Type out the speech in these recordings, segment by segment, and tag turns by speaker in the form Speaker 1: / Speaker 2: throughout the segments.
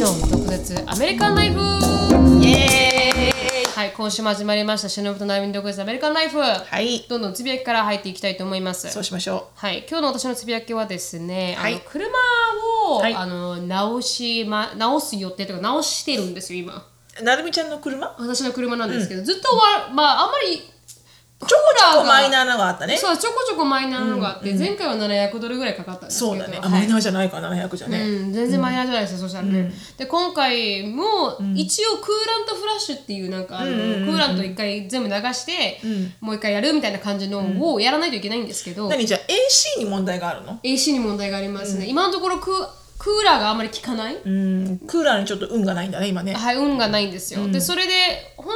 Speaker 1: 月アメリカンライフ
Speaker 2: イエーイ
Speaker 1: はい今週も始まりました忍とナイミンドクイズアメリカンライフ
Speaker 2: はい
Speaker 1: どんどんつぶやきから入っていきたいと思います
Speaker 2: そうしましょ
Speaker 1: はい今日の私のつぶやきはですね、
Speaker 2: はい
Speaker 1: あの車を、
Speaker 2: はい
Speaker 1: あの直し、ま、直す予定とか直してるんですよ今
Speaker 2: うなるみちゃんの車
Speaker 1: 私の車なんですけど、ずっとわまああんまり
Speaker 2: ちょこちょこマイナーなのがあったね
Speaker 1: そうちょこちょこマイナーなのがあって、前回は700ドルぐらいかかったんですけど
Speaker 2: そうだねあ
Speaker 1: は
Speaker 2: マイ
Speaker 1: い
Speaker 2: ナーじゃないか700じゃね
Speaker 1: うん、全然マイナーじゃないですよ、そしたらね、で今回も一応クーラントフラッシュっていうなんかあの、クーラント一回全部流して、もう一回やるみたいな感じのをやらないといけないんですけど、
Speaker 2: 何じゃあ AC に問題があるの
Speaker 1: AC に問題がありますね、今のところククーラーがあんまり効かない、
Speaker 2: うんクーラーにちょっと運がないんだね今ね
Speaker 1: はい運がないんですよ、でそれで本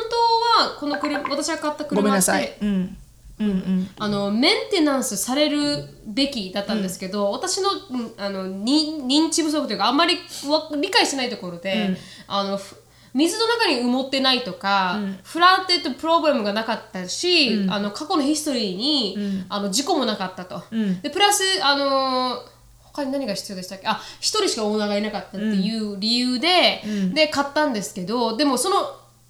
Speaker 1: 当はこの車私が買った車って
Speaker 2: ごめんなさいうんうんうん
Speaker 1: あのメンテナンスされるべきだったんですけど、私のうんあのに認知不足というかあんまりわ理解してないところで、あのふ水の中に埋もってないとか、フランテッドプロブレムがなかったし、あの過去のヒストリーに、あの事故もなかったと、でプラスあのー他に何が必要でしたっけあ一人しかオーナーがいなかったっていう理由で、で買ったんですけどでもその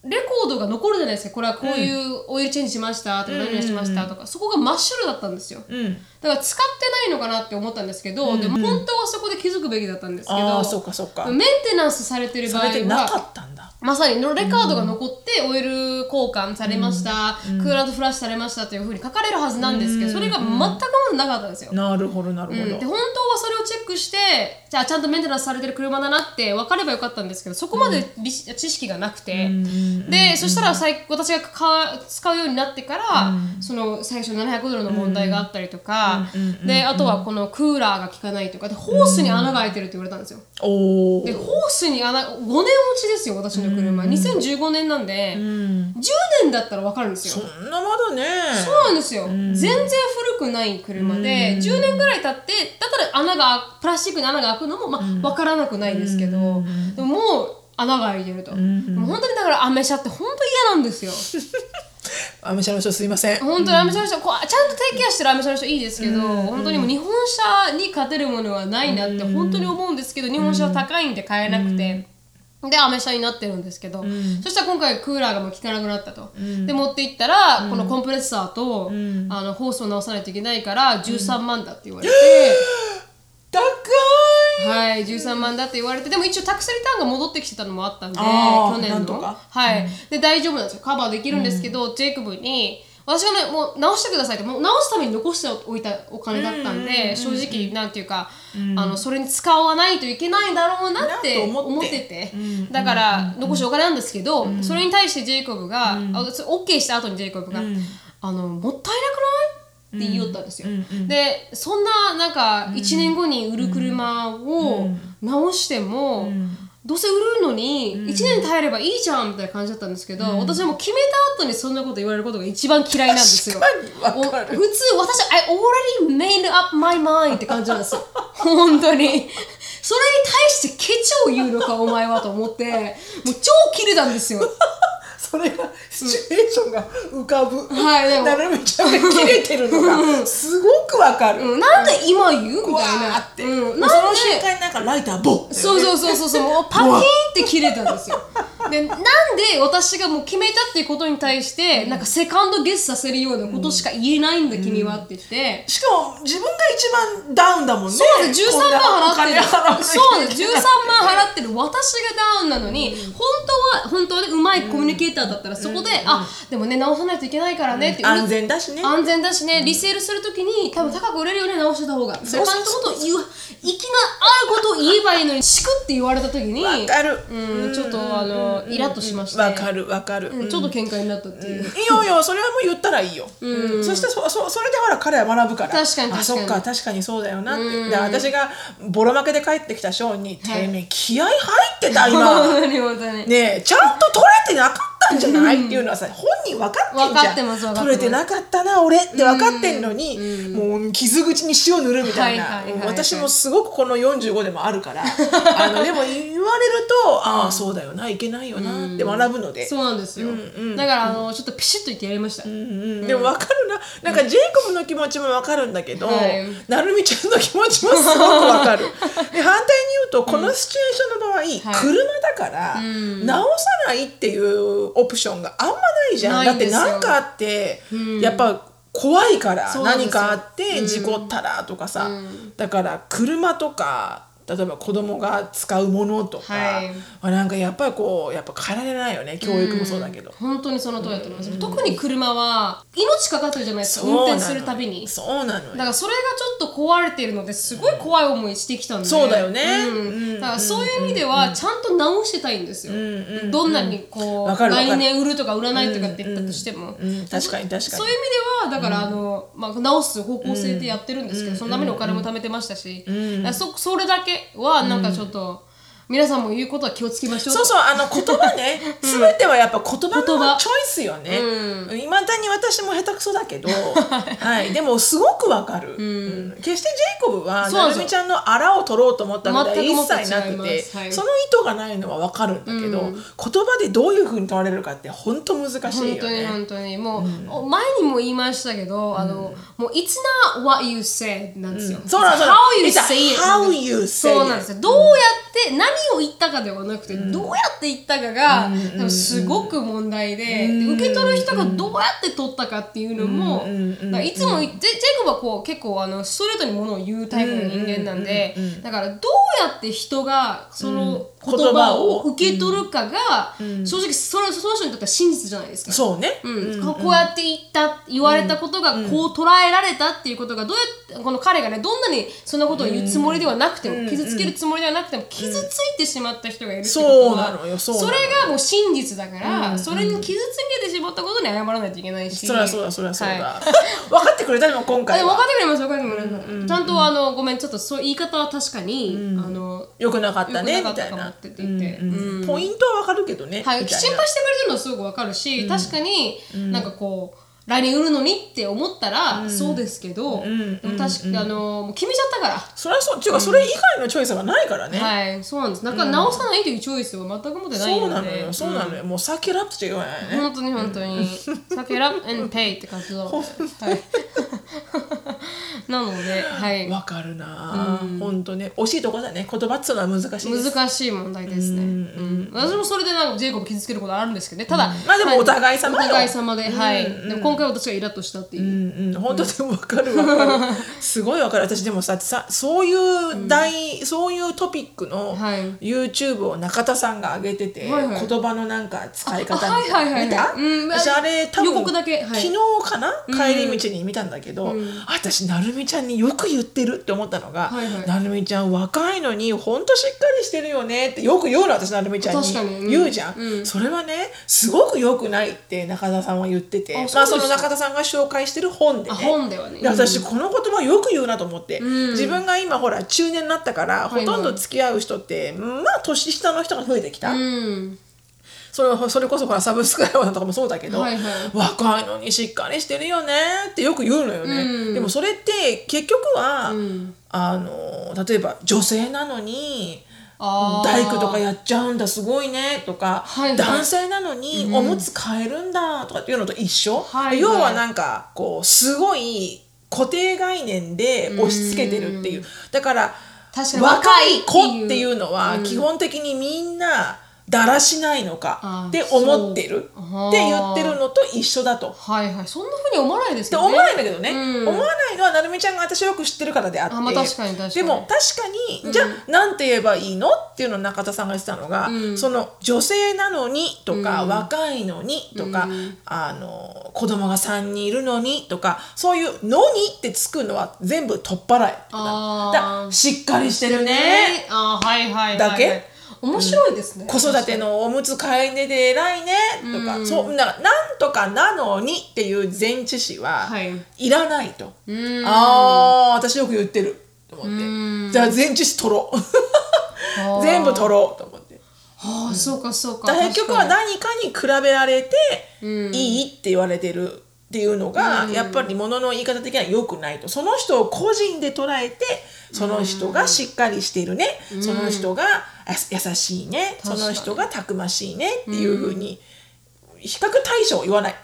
Speaker 1: レコードが残るじゃないですかこれはこういうオイルチェンジしましたとか何々しましたとか、そこが真っ白だったんですよ
Speaker 2: うん
Speaker 1: だから使ってないのかなって思ったんですけど、でも本当はそこで気づくべきだったんですけ
Speaker 2: あ
Speaker 1: ど
Speaker 2: あそうかそうか
Speaker 1: メンテナンスされてる場
Speaker 2: そ
Speaker 1: 合
Speaker 2: れでな
Speaker 1: は
Speaker 2: かったんだ
Speaker 1: まさにレカードが残ってオイル交換されました、クーラーとフラッシュされましたというふうに書かれるはずなんですけど、それが全くまだなかったんですよ。
Speaker 2: なるほどなる
Speaker 1: うん
Speaker 2: ほ
Speaker 1: で
Speaker 2: ど
Speaker 1: 本当はそれをチェックしてじゃあちゃんとメンテナンスされてる車だなって分かればよかったんですけどそこまでびし、知識がなくて、でそしたらさい私が買う使うようになってから、その最初700ドルの問題があったりとか、であとはこのクーラーが効かないとかでホースに穴が開いてるって言われたんですよ。
Speaker 2: おお
Speaker 1: でホースに穴5年落ちですよ私の車、2015年なんで、10年だったら分かるんですよ
Speaker 2: そんなまだね
Speaker 1: そうなんですよ、全然古くない車で、10年ぐらい経ってだったら穴がプラスチックに穴が開くのも、まあ、分からなくないですけど、でももう穴が開いてると、もう本当にだからアメ車って本当嫌なんですよ
Speaker 2: アメ車の人すいません
Speaker 1: 本当にアメ車の人こうちゃんとテイケアしてるアメ車の人いいですけど、本当にもう日本車に勝てるものはないなって本当に思うんですけど、日本車は高いんで買えなくて。でアメ車になってるんですけど、そしたら今回クーラーがもう効かなくなったと、で持って行ったら、このコンプレッサーと、あのホースを直さないといけないから13万だって言われて、
Speaker 2: 高い
Speaker 1: はい13万だって言われてでも一応タクスリターンが戻ってきてたのもあったんで
Speaker 2: あー
Speaker 1: 去
Speaker 2: な
Speaker 1: 年
Speaker 2: んと
Speaker 1: の
Speaker 2: か
Speaker 1: はい、で大丈夫なんですよカバーできるんですけど、ジェイクブに私がねもう直してくださいってもう直すために残しておいたお金だったんで、正直なんていうか、あのそれに使わないといけないだろうなって
Speaker 2: なと思って
Speaker 1: 思ってて、だから残してお金なんですけど、それに対してジェイコブが、あそれ OK した後にジェイコブが、あのもったいなくないって言おったんですよ、でそんななんか1年後に売る車を直しても、どうせ売るのに1年耐えればいいじゃんみたいな感じだったんですけど、私はもう決めた後にそんなこと言われることが一番嫌いなんですよ。
Speaker 2: 確かにわか
Speaker 1: お
Speaker 2: る
Speaker 1: 普通私 I already made up my mind って感じなんですよ 本当にそれに対してケチを言うのかお前はと思ってもう超キレたんですよ
Speaker 2: それがシチュエーションが浮かぶ、
Speaker 1: はいでも
Speaker 2: なるみちゃんが切れてるのがすごくわかる、
Speaker 1: うんなんで今言うみ
Speaker 2: わ
Speaker 1: たいな
Speaker 2: ーって、
Speaker 1: うん、な
Speaker 2: もうんその
Speaker 1: で
Speaker 2: 瞬間になんかライターボッ
Speaker 1: そうそうそうそうそうもうパキーンって切れたんですよ。でなんで私がもう決めたっていうことに対してなんかセカンドゲスさせるようなことしか言えないんだ、君はって言って。
Speaker 2: しかも自分が一番ダウンだもんね
Speaker 1: そうです13万払ってる
Speaker 2: こんなお金払わなきゃいけない
Speaker 1: そうなんです13万払ってる私がダウンなのに、本当は本当にうまいコミュニケーターだったらそこで、あでもね直さないといけないからねって、
Speaker 2: 安全だしね
Speaker 1: 安全だしねリセールするときに多分高く売れるよね直してた方がみたいな感じのことを言う粋なあることを言えばいいのにしくって言われたときに
Speaker 2: わかる
Speaker 1: うん、ちょっとあのイラッとしまして
Speaker 2: わかるわかる、
Speaker 1: うんちょっと喧嘩になったっていう、
Speaker 2: いいよいいよそれはもう言ったらいいよ、そしてそそそれでほら彼は学ぶから
Speaker 1: 確かに確かに
Speaker 2: あそっか確かにそうだよなって、で私がボロ負けで帰ってきたショーンに「てめえ気合入ってた今」
Speaker 1: 本当に本当に
Speaker 2: ねえちゃんと取れてなかったんじゃないっていうのはさ本人分かってんじゃん
Speaker 1: 分かってます分かってます
Speaker 2: 取れてなかったな俺って分かってんのに、もう傷口に塩塗るみたいな、
Speaker 1: はいはいはいはい
Speaker 2: 私もすごくこの45でもあるからあのでも言われるとああそうだよないけないよなって学ぶので。
Speaker 1: そうなんですよ、だからあのちょっとピシッと言ってやりました、
Speaker 2: うんでも分かるななんかジェイコブの気持ちも分かるんだけど、
Speaker 1: はい
Speaker 2: なるみちゃんの気持ちもすごく 分かるで反対に言うとこのシチュエーションの場合、
Speaker 1: はい
Speaker 2: 車だから、直さないっていうオプションがあんまないじゃ
Speaker 1: な
Speaker 2: ん
Speaker 1: い
Speaker 2: だ
Speaker 1: ん
Speaker 2: っ
Speaker 1: で
Speaker 2: て
Speaker 1: すよ
Speaker 2: 何かあって、やっぱ怖いから
Speaker 1: そうなんです
Speaker 2: 何
Speaker 1: よ
Speaker 2: かあって事故ったらとかさ、だから車とか例えば子供が使うものとか、
Speaker 1: はい
Speaker 2: はなんかやっぱりこうやっぱ変えられないよね教育もそうだけど。
Speaker 1: 本当にその通りだと思います、特に車は命かかってるじゃないですか運転するたびに
Speaker 2: そうなの
Speaker 1: だ
Speaker 2: よ
Speaker 1: からそれがちょっと壊れてるのですごい怖い思いしてきたんで、
Speaker 2: そうだよね
Speaker 1: うん
Speaker 2: うん
Speaker 1: だからそういう意味ではちゃんと直してたいんですよ、どんなにこ
Speaker 2: わ
Speaker 1: う
Speaker 2: かるわかる
Speaker 1: 来年売るとか売らないとかって言ったとしても、
Speaker 2: うんうん確かに確かに
Speaker 1: そういう意味ではだからあの、まあ、直す方向性でやってるんですけど、そのためにお金も貯めてましたし、だからそそれだけはなんかちょっと、皆さんも言うことは気をつけましょうと
Speaker 2: そうそうあの言葉ね全てはやっぱ言葉
Speaker 1: 言葉
Speaker 2: のチョイスよねいま、未だに私も下手くそだけど、 はい、でもすごくわかる、うん決してジェイコブは
Speaker 1: そうなん
Speaker 2: な
Speaker 1: ですよ
Speaker 2: るみちゃんのあらを取ろうと思ったのでは
Speaker 1: 全く
Speaker 2: 一
Speaker 1: もって
Speaker 2: 切なく
Speaker 1: 違い
Speaker 2: て
Speaker 1: ますはい
Speaker 2: その意図がないのはわかるんだけど、言葉でどういうふうに取られるかって本当難しい
Speaker 1: 本
Speaker 2: よ
Speaker 1: 当に
Speaker 2: ね。
Speaker 1: 本当にもう、お前にも言いましたけど、あのもう「It's not what you said」なんですよ。
Speaker 2: そうなの
Speaker 1: It's
Speaker 2: そう
Speaker 1: how
Speaker 2: なの
Speaker 1: you
Speaker 2: It's
Speaker 1: say it
Speaker 2: how you say it
Speaker 1: そうなんですよ。どうやって何を言ったかではなくて、どうやって言ったかが、多分すごく問題で、で受け取る人がどうやって取ったかっていうのも、だからいつもジェジェイコブはこう結構あのストレートにものを言うタイプの人間なんで、だからどうやって人がその
Speaker 2: うん
Speaker 1: 言葉
Speaker 2: 言葉
Speaker 1: を
Speaker 2: を
Speaker 1: 受け取るかが、正直それその人にとっては真実じゃないですか。
Speaker 2: そうね、
Speaker 1: うん、ここうやって言った言われたことがこう捉えられたっていうことがどうやってこの彼がねどんなにそんなことを言うつもりではなくても、傷つけるつもりではなくても傷ついてしまった人がいるってことは、
Speaker 2: そうなのよそうなの
Speaker 1: れ
Speaker 2: よ
Speaker 1: がもう真実だから、それに傷つけてしまったことに謝らないといけないし
Speaker 2: そりゃそうだそりゃそうだ、
Speaker 1: はい
Speaker 2: 分かってくれたでも今
Speaker 1: あで
Speaker 2: 回
Speaker 1: も分かっ
Speaker 2: は
Speaker 1: てくれます分かってくれます、ちゃんとあのごめんちょっとそう言い方は確かに、あの
Speaker 2: よくなかった
Speaker 1: 良
Speaker 2: ね
Speaker 1: くなか
Speaker 2: み
Speaker 1: ったた
Speaker 2: い
Speaker 1: かも
Speaker 2: な
Speaker 1: って言って
Speaker 2: うんうんポイントはわかるけど ね、
Speaker 1: はい、
Speaker 2: みたいな
Speaker 1: 心配してくれてるのはすごくわかるし、確かに、なんかこう来年売るのにって思ったら、そうですけど、でも確かに、あのもう決めちゃったから。
Speaker 2: それはそうっていうかそれ以外のチョイスがないからね、
Speaker 1: はい、そうなんです。なんか直さないというチョイスは全く持ってない
Speaker 2: そうな
Speaker 1: の
Speaker 2: の
Speaker 1: で
Speaker 2: よ、、そうなのよ、もう酒ラップしか言わないよね。
Speaker 1: 本当に本当に、酒選ぶ and pay って感じ なので、はい、なので、はい、
Speaker 2: わかるなぁ、本当ね、惜しいとこだね、言葉っつうのは難しいです。
Speaker 1: 難しい問題ですね。うん私もそれでなんかジェイコブ傷つけることあるんですけどね。ただ、
Speaker 2: まあでもお互い様よ
Speaker 1: お互い様で、はい。でも今回私がイラッとしたっていう。
Speaker 2: うんうん、本当でもわかるわかる。すごいわかる。私でもさ、さそういう題、そういうトピックの
Speaker 1: はい
Speaker 2: YouTube を中田さんが上げてて、
Speaker 1: はいはい
Speaker 2: 言葉のなんか使い方み
Speaker 1: あはいは
Speaker 2: た
Speaker 1: い
Speaker 2: い
Speaker 1: はいはい
Speaker 2: な。見た、
Speaker 1: うん
Speaker 2: 私あれ多分
Speaker 1: 予告だけはい
Speaker 2: 昨日かな帰り道に見たんだけど、私なるみちゃんによく言ってるって思ったのが、
Speaker 1: はいはい
Speaker 2: なるみちゃん若いのに本当しっかりしてるよねってよく言うの私なるみちゃん
Speaker 1: 確
Speaker 2: に
Speaker 1: かにうん
Speaker 2: 言うじゃん、それはねすごく良くないって中田さんは言ってて
Speaker 1: あ
Speaker 2: ま
Speaker 1: そう
Speaker 2: あ
Speaker 1: ですか
Speaker 2: その中田さんが紹介してる本で
Speaker 1: あ
Speaker 2: ね
Speaker 1: 本ではね
Speaker 2: で私この言葉よく言うなと思って、自分が今ほら中年になったから、
Speaker 1: はい
Speaker 2: ほとんど付き合う人ってまあ年下の人が増えてきた、
Speaker 1: うん。
Speaker 2: それそれこそほらサブスクライバーさんとかもそうだけど、
Speaker 1: はいはい
Speaker 2: 若いのにしっかりしてるよねってよく言うのよね、
Speaker 1: うん
Speaker 2: でもそれって結局は、
Speaker 1: ん
Speaker 2: あの例えば女性なのに
Speaker 1: あー
Speaker 2: 大工とかやっちゃうんだすごいねとか、
Speaker 1: はいはい
Speaker 2: 男性なのにおむつ変えるんだとかっていうのと一緒、
Speaker 1: はいはい
Speaker 2: 要はなんかこうすごい固定概念で押し付けてるっていう、だから
Speaker 1: 確かに
Speaker 2: 若い
Speaker 1: 若い
Speaker 2: 子っていうのは基本的にみんなだらしないのかって思ってる
Speaker 1: あそう
Speaker 2: って言ってるのと一緒だと。
Speaker 1: はいはいそんなふうに思わないです
Speaker 2: って
Speaker 1: けど
Speaker 2: 思わないんだけどね、
Speaker 1: うん
Speaker 2: 思わないのはなるみちゃんが私をよく知ってるからであって
Speaker 1: あまあ確かに確かに
Speaker 2: でも確かに、じゃあなんて言えばいいのっていうのを中田さんが言ってたのが、その女性なのにとか、若いのにとか、あの子供が3人いるのにとかそういう「のに」ってつくのは全部取っ払え
Speaker 1: あー
Speaker 2: だからしっかりしてるね
Speaker 1: ねあーはいはいはいはい
Speaker 2: だけ
Speaker 1: 面白いですね、
Speaker 2: 子育てのおむつ替えねで偉いねとか、そうなんかなんとかなのにっていう前置詞は
Speaker 1: はい
Speaker 2: いらないと、
Speaker 1: ん
Speaker 2: ああ私よく言ってると思って
Speaker 1: ん
Speaker 2: じゃあ前置詞取ろう
Speaker 1: あー
Speaker 2: 全部取ろうと思って
Speaker 1: ああ、そうかそうか。
Speaker 2: だから結局は
Speaker 1: 確か
Speaker 2: 何かに比べられて
Speaker 1: うん
Speaker 2: いいって言われてるっていうのが、やっぱりものの言い方的には良くないとその人を個人で捉えてその人がしっかりしているね、その人があ優しいねそ
Speaker 1: 確かに
Speaker 2: の人がたくましいねっていうふうに比較対象を言わない、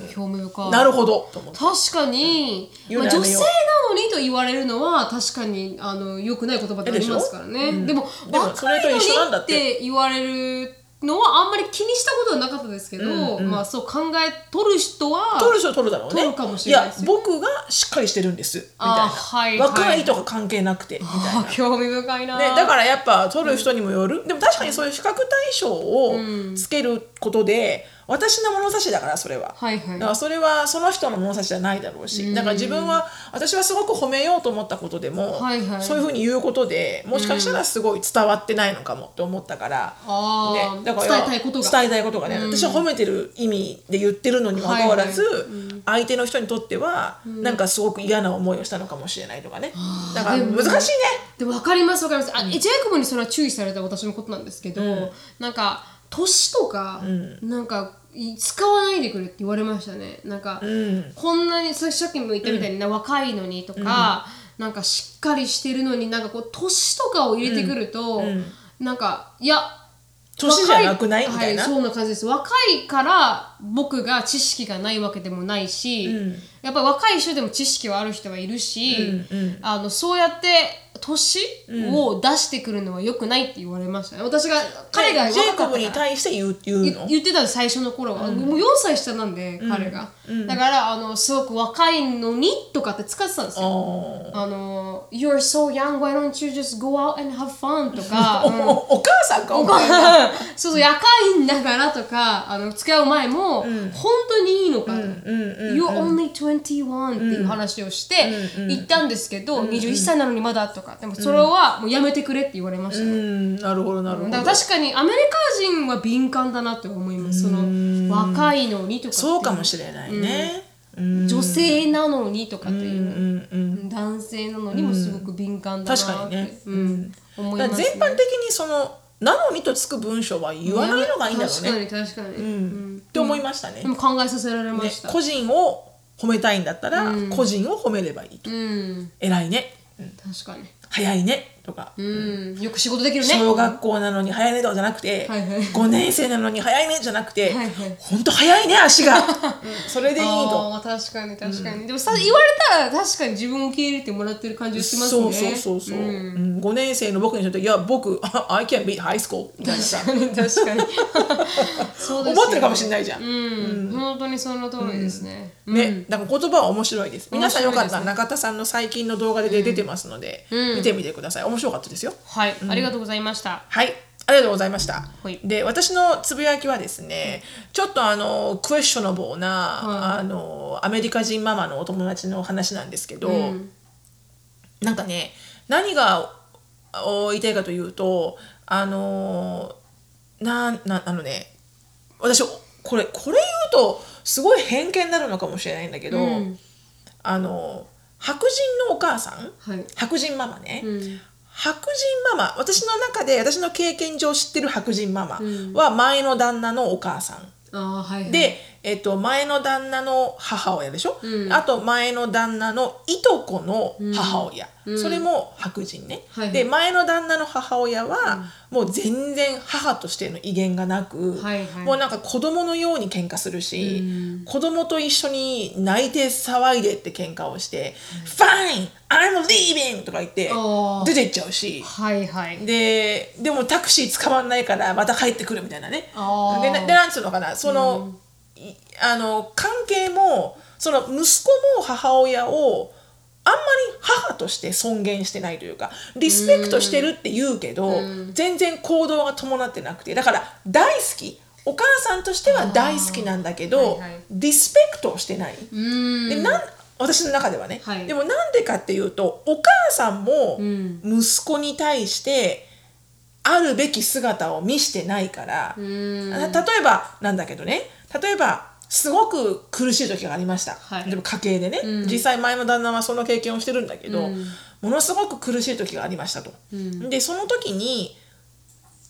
Speaker 1: に興味深い。
Speaker 2: なるほどと思って
Speaker 1: 確かに、
Speaker 2: うん
Speaker 1: まあ、
Speaker 2: 言
Speaker 1: 女
Speaker 2: うのやめ
Speaker 1: 性
Speaker 2: よ
Speaker 1: な
Speaker 2: う
Speaker 1: のにと言われるのは確かにあの良くない言葉でありますからねでも
Speaker 2: でもそ
Speaker 1: 若
Speaker 2: れ
Speaker 1: い
Speaker 2: と
Speaker 1: のに
Speaker 2: 一緒なんだ
Speaker 1: っ
Speaker 2: って
Speaker 1: て言われるのはあんまり気にしたことはなかったですけど、まあそう考え取る人は
Speaker 2: 取る人は取るだろうね
Speaker 1: 取るかもしれないですよ
Speaker 2: や僕がしっかりしてるんですみたいな、
Speaker 1: あはい
Speaker 2: 若
Speaker 1: はい
Speaker 2: いとか関係なくてみたいな
Speaker 1: あ興味深いな、
Speaker 2: ね、だからやっぱ取る人にもよる、でも確かにそういう比較対象をつけることで、私の物差しだからそれは、
Speaker 1: はいはい
Speaker 2: だからそれはその人の物差しじゃないだろうし、だから自分は私はすごく褒めようと思ったことでも、
Speaker 1: はいはい
Speaker 2: そういうふうに言うことでもしかしたらすごい伝わってないのかもって思ったから。
Speaker 1: あー
Speaker 2: ね、だから
Speaker 1: 伝えたいことが
Speaker 2: 伝えたいことがね、私は褒めてる意味で言ってるのにもかかわらず、
Speaker 1: はいは
Speaker 2: 相手の人にとっては、なんかすごく嫌な思いをしたのかもしれないとかねだから
Speaker 1: で
Speaker 2: 難
Speaker 1: も
Speaker 2: しいね
Speaker 1: でも分かります分かりますあ、ジェイコブにそれは注意された私のことなんですけど、なんか年とか、なんかい使わないでくれって言われましたねなんか、こんなにさっきも言ったみたいにな、若いのにとか、なんかしっかりしてるのになんかこう年とかを入れてくると、なんかいや
Speaker 2: 年じゃなくない
Speaker 1: 若
Speaker 2: みたいな
Speaker 1: はそうな感じです若いから僕が知識がないわけでもないし、やっぱり若い人でも知識はある人はいるし、あのそうやって年を出してくるのは良くないって言われましたね私が彼が
Speaker 2: ジェイ
Speaker 1: 若か
Speaker 2: コ
Speaker 1: っ
Speaker 2: ブ
Speaker 1: た
Speaker 2: に
Speaker 1: から
Speaker 2: 対して言う言う
Speaker 1: 言
Speaker 2: の
Speaker 1: 言ってたんです最初の頃は、もう4歳下なんで彼が、だからあのすごく若いのにとかって使ってたんですよ
Speaker 2: お
Speaker 1: あの「You're so young why don't you just go out and have fun」と か、うん
Speaker 2: お母さんかお母さん
Speaker 1: そうそう、若いんだからとか、あの、付き合う前も、本当にいいのかと。You're only 21っていう話をして、言ったんですけど、21歳なのにまだとか。でもそれはもうやめてくれって言われましたね。
Speaker 2: うんなるほどなるほ
Speaker 1: だ
Speaker 2: ど
Speaker 1: から確かにアメリカ人は敏感だなって思います。その、若いのにとかってい
Speaker 2: そうかもしれないね、うん
Speaker 1: 女性なのにとかっていう。
Speaker 2: うんうん
Speaker 1: 男性なのにもすごく敏感だなって、
Speaker 2: 確かにね
Speaker 1: うん、思い
Speaker 2: だ
Speaker 1: ま
Speaker 2: から
Speaker 1: す
Speaker 2: 全般的にその「なのに」とつく文章は言わないのがいいんだろうね、
Speaker 1: 確かに確かに、
Speaker 2: うん、って思いましたね,、
Speaker 1: でも考えさせられま
Speaker 2: ね
Speaker 1: した、
Speaker 2: 個人を褒めたいんだったら、個人を褒めればいいと、
Speaker 1: うん
Speaker 2: 偉いね
Speaker 1: 確かに
Speaker 2: 早いねとか、
Speaker 1: うんよく仕事できるね
Speaker 2: 小学校なのに早いねとかじゃなくて、
Speaker 1: はいはい
Speaker 2: 5年生なのに早いねじゃなくて、
Speaker 1: はいはい
Speaker 2: ほんと早いね 足が、うんそれでいいと。
Speaker 1: あー確かに確かに、でもさ言われたら確かに自分を受け入れてもらってる感じがしますね
Speaker 2: そうそうそうそう、
Speaker 1: ん
Speaker 2: うん、5年生の僕にとっていや僕 I can beat high school みたい なさ
Speaker 1: 確かに 確かにそうですよ
Speaker 2: 思ってるかもしれないじゃん、
Speaker 1: うん、本当にその通りですね、
Speaker 2: ね、だから言葉は面白いです皆さんよかった
Speaker 1: 面白
Speaker 2: ら
Speaker 1: いですね
Speaker 2: 中田さんの最近の動画で出てますので、見てみてください面白かったですよ
Speaker 1: はい、ありがとうございました
Speaker 2: はいありがとうございました、
Speaker 1: はい
Speaker 2: で私のつぶやきはですねちょっとあのクエスチョナブルな、あのアメリカ人ママのお友達の話なんですけど、なんかね何がお言いたいかというとあのなんなあのね私これこれ言うとすごい偏見になるのかもしれないんだけど、あの白人のお母さん、
Speaker 1: はい
Speaker 2: 白人ママね、白人ママ私の中で私の経験上知ってる白人ママは前の旦那のお母さん、
Speaker 1: あーはいはい
Speaker 2: で、えっと、前の旦那の母親でしょ、あと前の旦那のいとこの母親、それも白人ね、
Speaker 1: はいはい
Speaker 2: で前の旦那の母親は、もう全然母としての威厳がなく、
Speaker 1: はいはい
Speaker 2: もうなんか子供のように喧嘩するし、子供と一緒に泣いて騒いでって喧嘩をして「Fine! I'm leaving!」とか言って
Speaker 1: あー
Speaker 2: 出てっちゃうし。
Speaker 1: はいはい
Speaker 2: ででもタクシー捕まんないからまた帰ってくるみたいなね
Speaker 1: あー
Speaker 2: でなでなんつうのかなその,い、あの関係もその息子も母親をあんまり母として尊厳してないというかリスペクトしてるって言うけど、全然行動が伴ってなくてだから大好きお母さんとしては大好きなんだけど、
Speaker 1: あーはいはい
Speaker 2: リスペクトをしてない。
Speaker 1: うん
Speaker 2: でなん私の中ではね、
Speaker 1: はい
Speaker 2: でもなんでかっていうとお母さんも
Speaker 1: ん
Speaker 2: 息子に対してあるべき姿を見してないから、
Speaker 1: うん
Speaker 2: あ例えばなんだけどね例えばすごく苦しい時がありました、
Speaker 1: はい
Speaker 2: でも家計でね、実際前の旦那はその経験をしてるんだけど、ものすごく苦しい時がありましたと、でその時に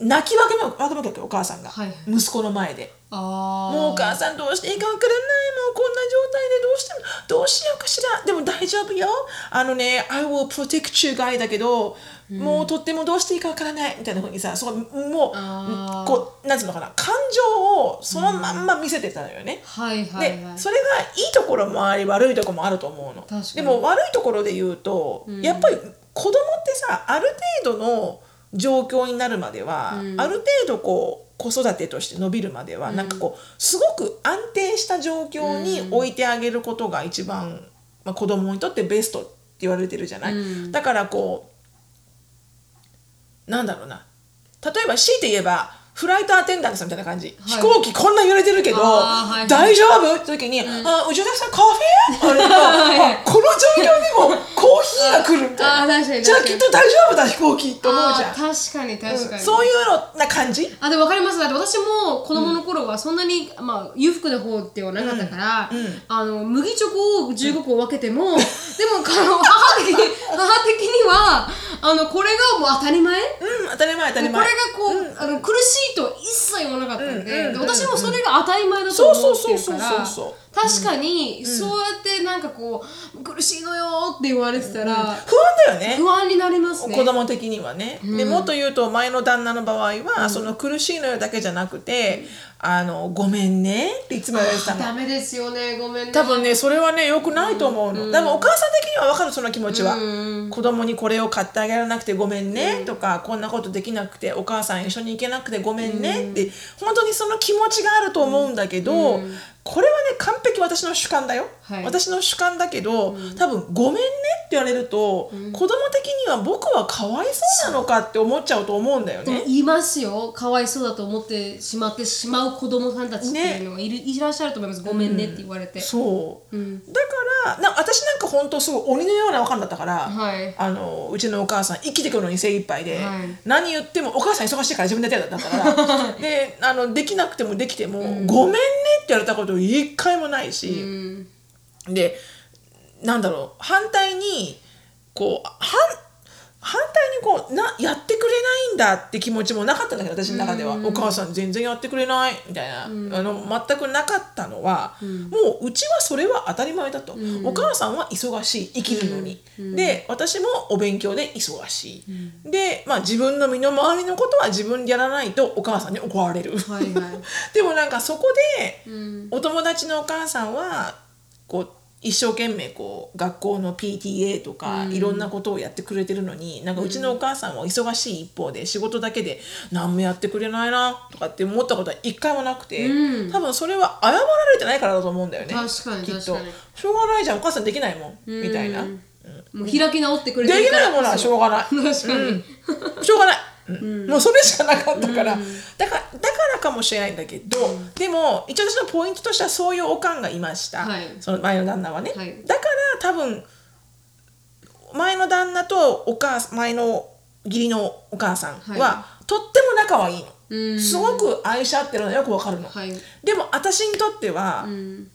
Speaker 2: 泣きわけもわけもけお母さんが、
Speaker 1: はいはい
Speaker 2: 息子の前で
Speaker 1: あ
Speaker 2: もうお母さんどうしていいかわからないもうこんな状態でどうしてもどうしようかしらでも大丈夫よあのね「I will protect you guy」だけど、もうとってもどうしていいかわからないみたいなふうにさそうも
Speaker 1: あー
Speaker 2: うこうなんつうのかな感情をそのまんま見せてたのよね。
Speaker 1: はいはいはい
Speaker 2: でそれがいいところもあり悪いところもあると思うの
Speaker 1: 確かに
Speaker 2: でも悪いところで言うと、やっぱり子供ってさある程度の状況になるまでは、ある程度こう子育てとして伸びるまでは、なんかこうすごく安定した状況に置いてあげることが一番、まあ、子供にとってベストって言われてるじゃない、
Speaker 1: うん
Speaker 2: だからこうなんだろうな例えば強いて言えばフライトアテンダントさんみたいな感じ、
Speaker 1: い
Speaker 2: 飛行機こんな揺れてるけどけど
Speaker 1: あーはい
Speaker 2: 大丈夫って時に「あ宇治田さんカフェ?あれ」 あこの状況でもコーヒーが来るみたい
Speaker 1: あー確か
Speaker 2: な
Speaker 1: に
Speaker 2: じゃ
Speaker 1: 確
Speaker 2: あ
Speaker 1: か
Speaker 2: きっ
Speaker 1: に
Speaker 2: と大丈夫だ飛行機って思うじゃ
Speaker 1: あ
Speaker 2: ん
Speaker 1: ー確かに確かに、
Speaker 2: そういうのな感じ
Speaker 1: あでも分かりますだって私も子供の頃はそんなに、まあ、裕福な方ではなかったから、あの麦チョコを15個分けても、でもあの母的に母的にはあのこれがもう当たり前、
Speaker 2: うん当たり前当たり
Speaker 1: これ
Speaker 2: 前
Speaker 1: がこう、あの苦しいと一切言わなかったんで,、
Speaker 2: うんうん
Speaker 1: で私もそれが当たり前だと思ってるか
Speaker 2: そうそうそうそう
Speaker 1: ら
Speaker 2: そう
Speaker 1: 確かに、そうやってなんかこう苦しいのよって言われてたら、
Speaker 2: 不安だよね
Speaker 1: 不安になりますね。
Speaker 2: 子供的にはね、でもっと言うと前の旦那の場合は、その苦しいのよだけじゃなくて「あのごめんね」っていつも言われてたの
Speaker 1: ダメですよねごめんね
Speaker 2: 多分ねそれはね良くないと思うの、でもお母さん的には分かるその気持ちは、子供にこれを買ってあげられなくてごめんね、とかこんなことできなくてお母さん一緒に行けなくてごめんねって、本当にその気持ちがあると思うんだけど、これはね完璧私の主観だよ、
Speaker 1: はい
Speaker 2: 私の主観だけど、多分ごめんねって言われると、子供的には僕はかわいそうなのかって思っちゃうと思うんだよ
Speaker 1: でも
Speaker 2: ね。
Speaker 1: 言いますよかわいそうだと思ってしまってしまう子供さんたちっていうのがいる、いらっしゃると思いますごめんねって言われて、
Speaker 2: そう、
Speaker 1: ん
Speaker 2: だからな私なんか本当すごい鬼のようなおかんだったから、
Speaker 1: はい
Speaker 2: あのうちのお母さん生きてくるのに精一杯で、
Speaker 1: はい
Speaker 2: 何言ってもお母さん忙しいから自分で手だっ たからであのできなくてもできても、ごめんねって言われたこと一回もないし、
Speaker 1: うん
Speaker 2: でなんだろう反対にこう反反対にこうなやってくれないんだって気持ちもなかったんだけど私の中では、お母さん全然やってくれないみたいな、あの全くなかったのは、もううちはそれは当たり前だと、お母さんは忙しい生きるのに、で私もお勉強で忙しい、で、まあ、自分の身の回りのことは自分でやらないとお母さんに怒られる、
Speaker 1: はいは
Speaker 2: でもなんかそこで、
Speaker 1: ん
Speaker 2: お友達のお母さんはこう一生懸命こう学校の PTA とかいろんなことをやってくれてるのに、なんかうちのお母さんは忙しい一方で仕事だけで何もやってくれないなとかって思ったことは一回もなくて、
Speaker 1: うん
Speaker 2: 多分それは謝られてないからだと思うんだよね
Speaker 1: 確かに
Speaker 2: きっと
Speaker 1: 確かに
Speaker 2: しょうがないじゃんお母さんできないもん、みたいな、
Speaker 1: うんもう開き直ってくれ
Speaker 2: で
Speaker 1: て
Speaker 2: き
Speaker 1: るか
Speaker 2: ない
Speaker 1: ら
Speaker 2: ものはしょうがない
Speaker 1: 確かに、
Speaker 2: しょうがない、もうそれしかなかったから、だからだからかもしれないんだけど、でも一応私のポイントとしてはそういうおかんがいました、
Speaker 1: はい
Speaker 2: その前の旦那はね、
Speaker 1: はい
Speaker 2: だから多分前の旦那とお母さん前の義理のお母さんは、
Speaker 1: は
Speaker 2: とっても仲はいいの、
Speaker 1: うん
Speaker 2: すごく愛し合ってるのがよくわかるの、
Speaker 1: はい
Speaker 2: でも私にとっては、
Speaker 1: うん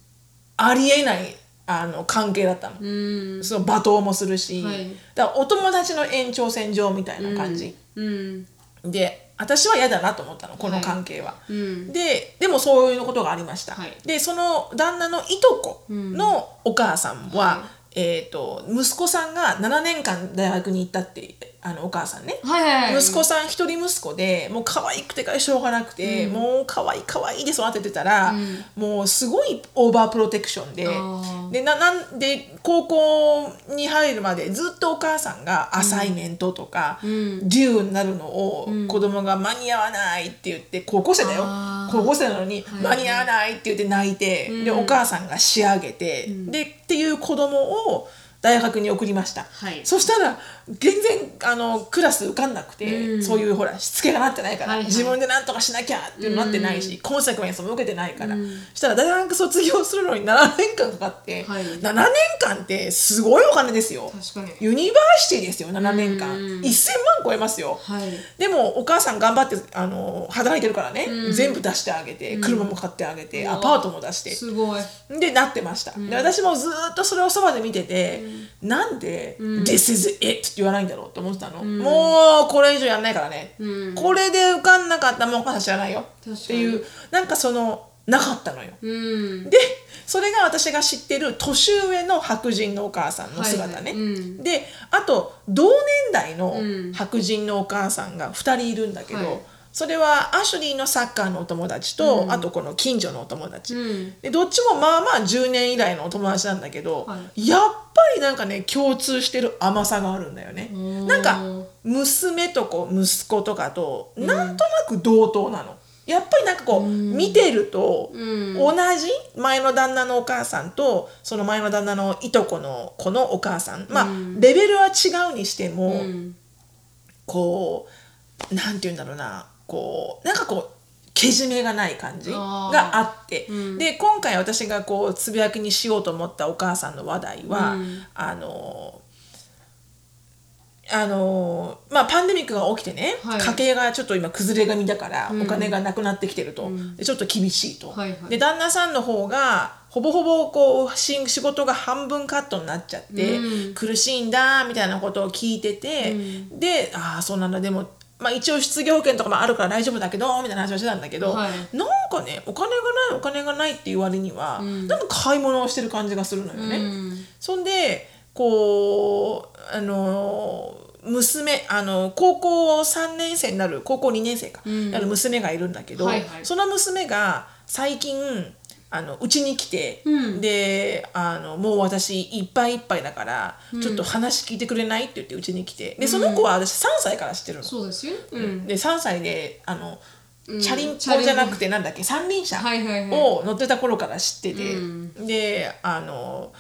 Speaker 2: ありえないあの関係だったの、
Speaker 1: うん
Speaker 2: その罵倒もするし、
Speaker 1: はい
Speaker 2: だからお友達の延長線上みたいな感じ、
Speaker 1: うん
Speaker 2: で私は嫌だなと思ったのこの関係は、
Speaker 1: うん
Speaker 2: ででもそういうことがありました、
Speaker 1: はい
Speaker 2: でその旦那のいとこのお母さんは、えー、と息子さんが7年間大学に行ったってあのお母さんね、
Speaker 1: はいはいはい
Speaker 2: 息子さん一人息子でもう可愛くてかしょうがなくて、もう可愛い可愛いで育ててたら、もうすごいオーバープロテクションで
Speaker 1: ー
Speaker 2: でななんで高校に入るまでずっとお母さんがアサイメントとか、デューになるのを子供が間に合わないって言って高校生だよ
Speaker 1: あー
Speaker 2: 高校生なのに間に合わないって言って泣いて、でお母さんが仕上げて、でっていう子供を大学に送りました。
Speaker 1: はい
Speaker 2: そしたら全然あのクラス受かんなくて、そういうほらしつけがなってないから、
Speaker 1: はいはい
Speaker 2: 自分で何とかしなきゃっていうのなってないし、コンセクエンスも受けてないから、そしたら大学卒業するのに7年間かかって、
Speaker 1: はい
Speaker 2: 7年間ってすごいお金ですよ
Speaker 1: 確かに
Speaker 2: ユニバーシティですよ7年間、1000万超えますよ、
Speaker 1: はい
Speaker 2: でもお母さん頑張ってあの働いてるからね、全部出してあげて車も買ってあげて、アパートも出して
Speaker 1: すごい
Speaker 2: でなってました、で私もずーっとそれをそばで見てて、なんで、This is it って言わないんだろうって思ってたの、もうこれ以上やんないからね、これで受かんなかったらもうお母さん知らないよっていうなんかそのなかったのよ、
Speaker 1: うん
Speaker 2: でそれが私が知ってる年上の白人のお母さんの姿ね、
Speaker 1: はいはいうん
Speaker 2: であと同年代の白人のお母さんが2人いるんだけど、
Speaker 1: はい
Speaker 2: それはアシュリーのサッカーのお友達と、あとこの近所のお友達、
Speaker 1: うん
Speaker 2: でどっちもまあまあ10年以来のお友達なんだけど、
Speaker 1: は
Speaker 2: やっぱりなんかね共通してる甘さがあるんだよね
Speaker 1: ー
Speaker 2: なんか娘とこう息子とかとなんとなく同等なの、やっぱりなんかこう、見てると、
Speaker 1: うん
Speaker 2: 同じ前の旦那のお母さんとその前の旦那のいとこの子のお母さんまあ、レベルは違うにしても、
Speaker 1: うん
Speaker 2: こうなんて言うんだろうなこうなんかこうけじめがない感じ
Speaker 1: あー
Speaker 2: があって
Speaker 1: うん
Speaker 2: で今回私がこうつぶやきにしようと思ったお母さんの話題は、
Speaker 1: うん
Speaker 2: あのあのまあ、パンデミックが起きてね、
Speaker 1: はい
Speaker 2: 家計がちょっと今崩れ髪だから、お金がなくなってきてると、でちょっと厳しいと、
Speaker 1: はいはい
Speaker 2: で旦那さんの方がほぼほぼこうし仕事が半分カットになっちゃって、
Speaker 1: うん
Speaker 2: 苦しいんだみたいなことを聞いてて、でああそうなんだでも、まあ、一応失業保険とかもあるから大丈夫だけどみたいな話をしてたんだけど、
Speaker 1: はい
Speaker 2: なんかねお金がないお金がないっていう割には、なんか買い物をしてる感じがするのよね。
Speaker 1: うん
Speaker 2: そんでこうあの娘あの高校3年生になる高校2年生か、
Speaker 1: ん
Speaker 2: なる娘がいるんだけど、
Speaker 1: はいはい
Speaker 2: その娘が最近あのうちに来て、
Speaker 1: うん
Speaker 2: であのもう私いっぱいいっぱいだから、ちょっと話聞いてくれないって言ってうちに来てでその子は私3歳から知ってるの。
Speaker 1: そうですようん
Speaker 2: で3歳であの
Speaker 1: ん
Speaker 2: チャリンコじゃなくてなんだっけ三輪車
Speaker 1: はいはいはい
Speaker 2: を乗ってた頃から知ってて、
Speaker 1: う
Speaker 2: であの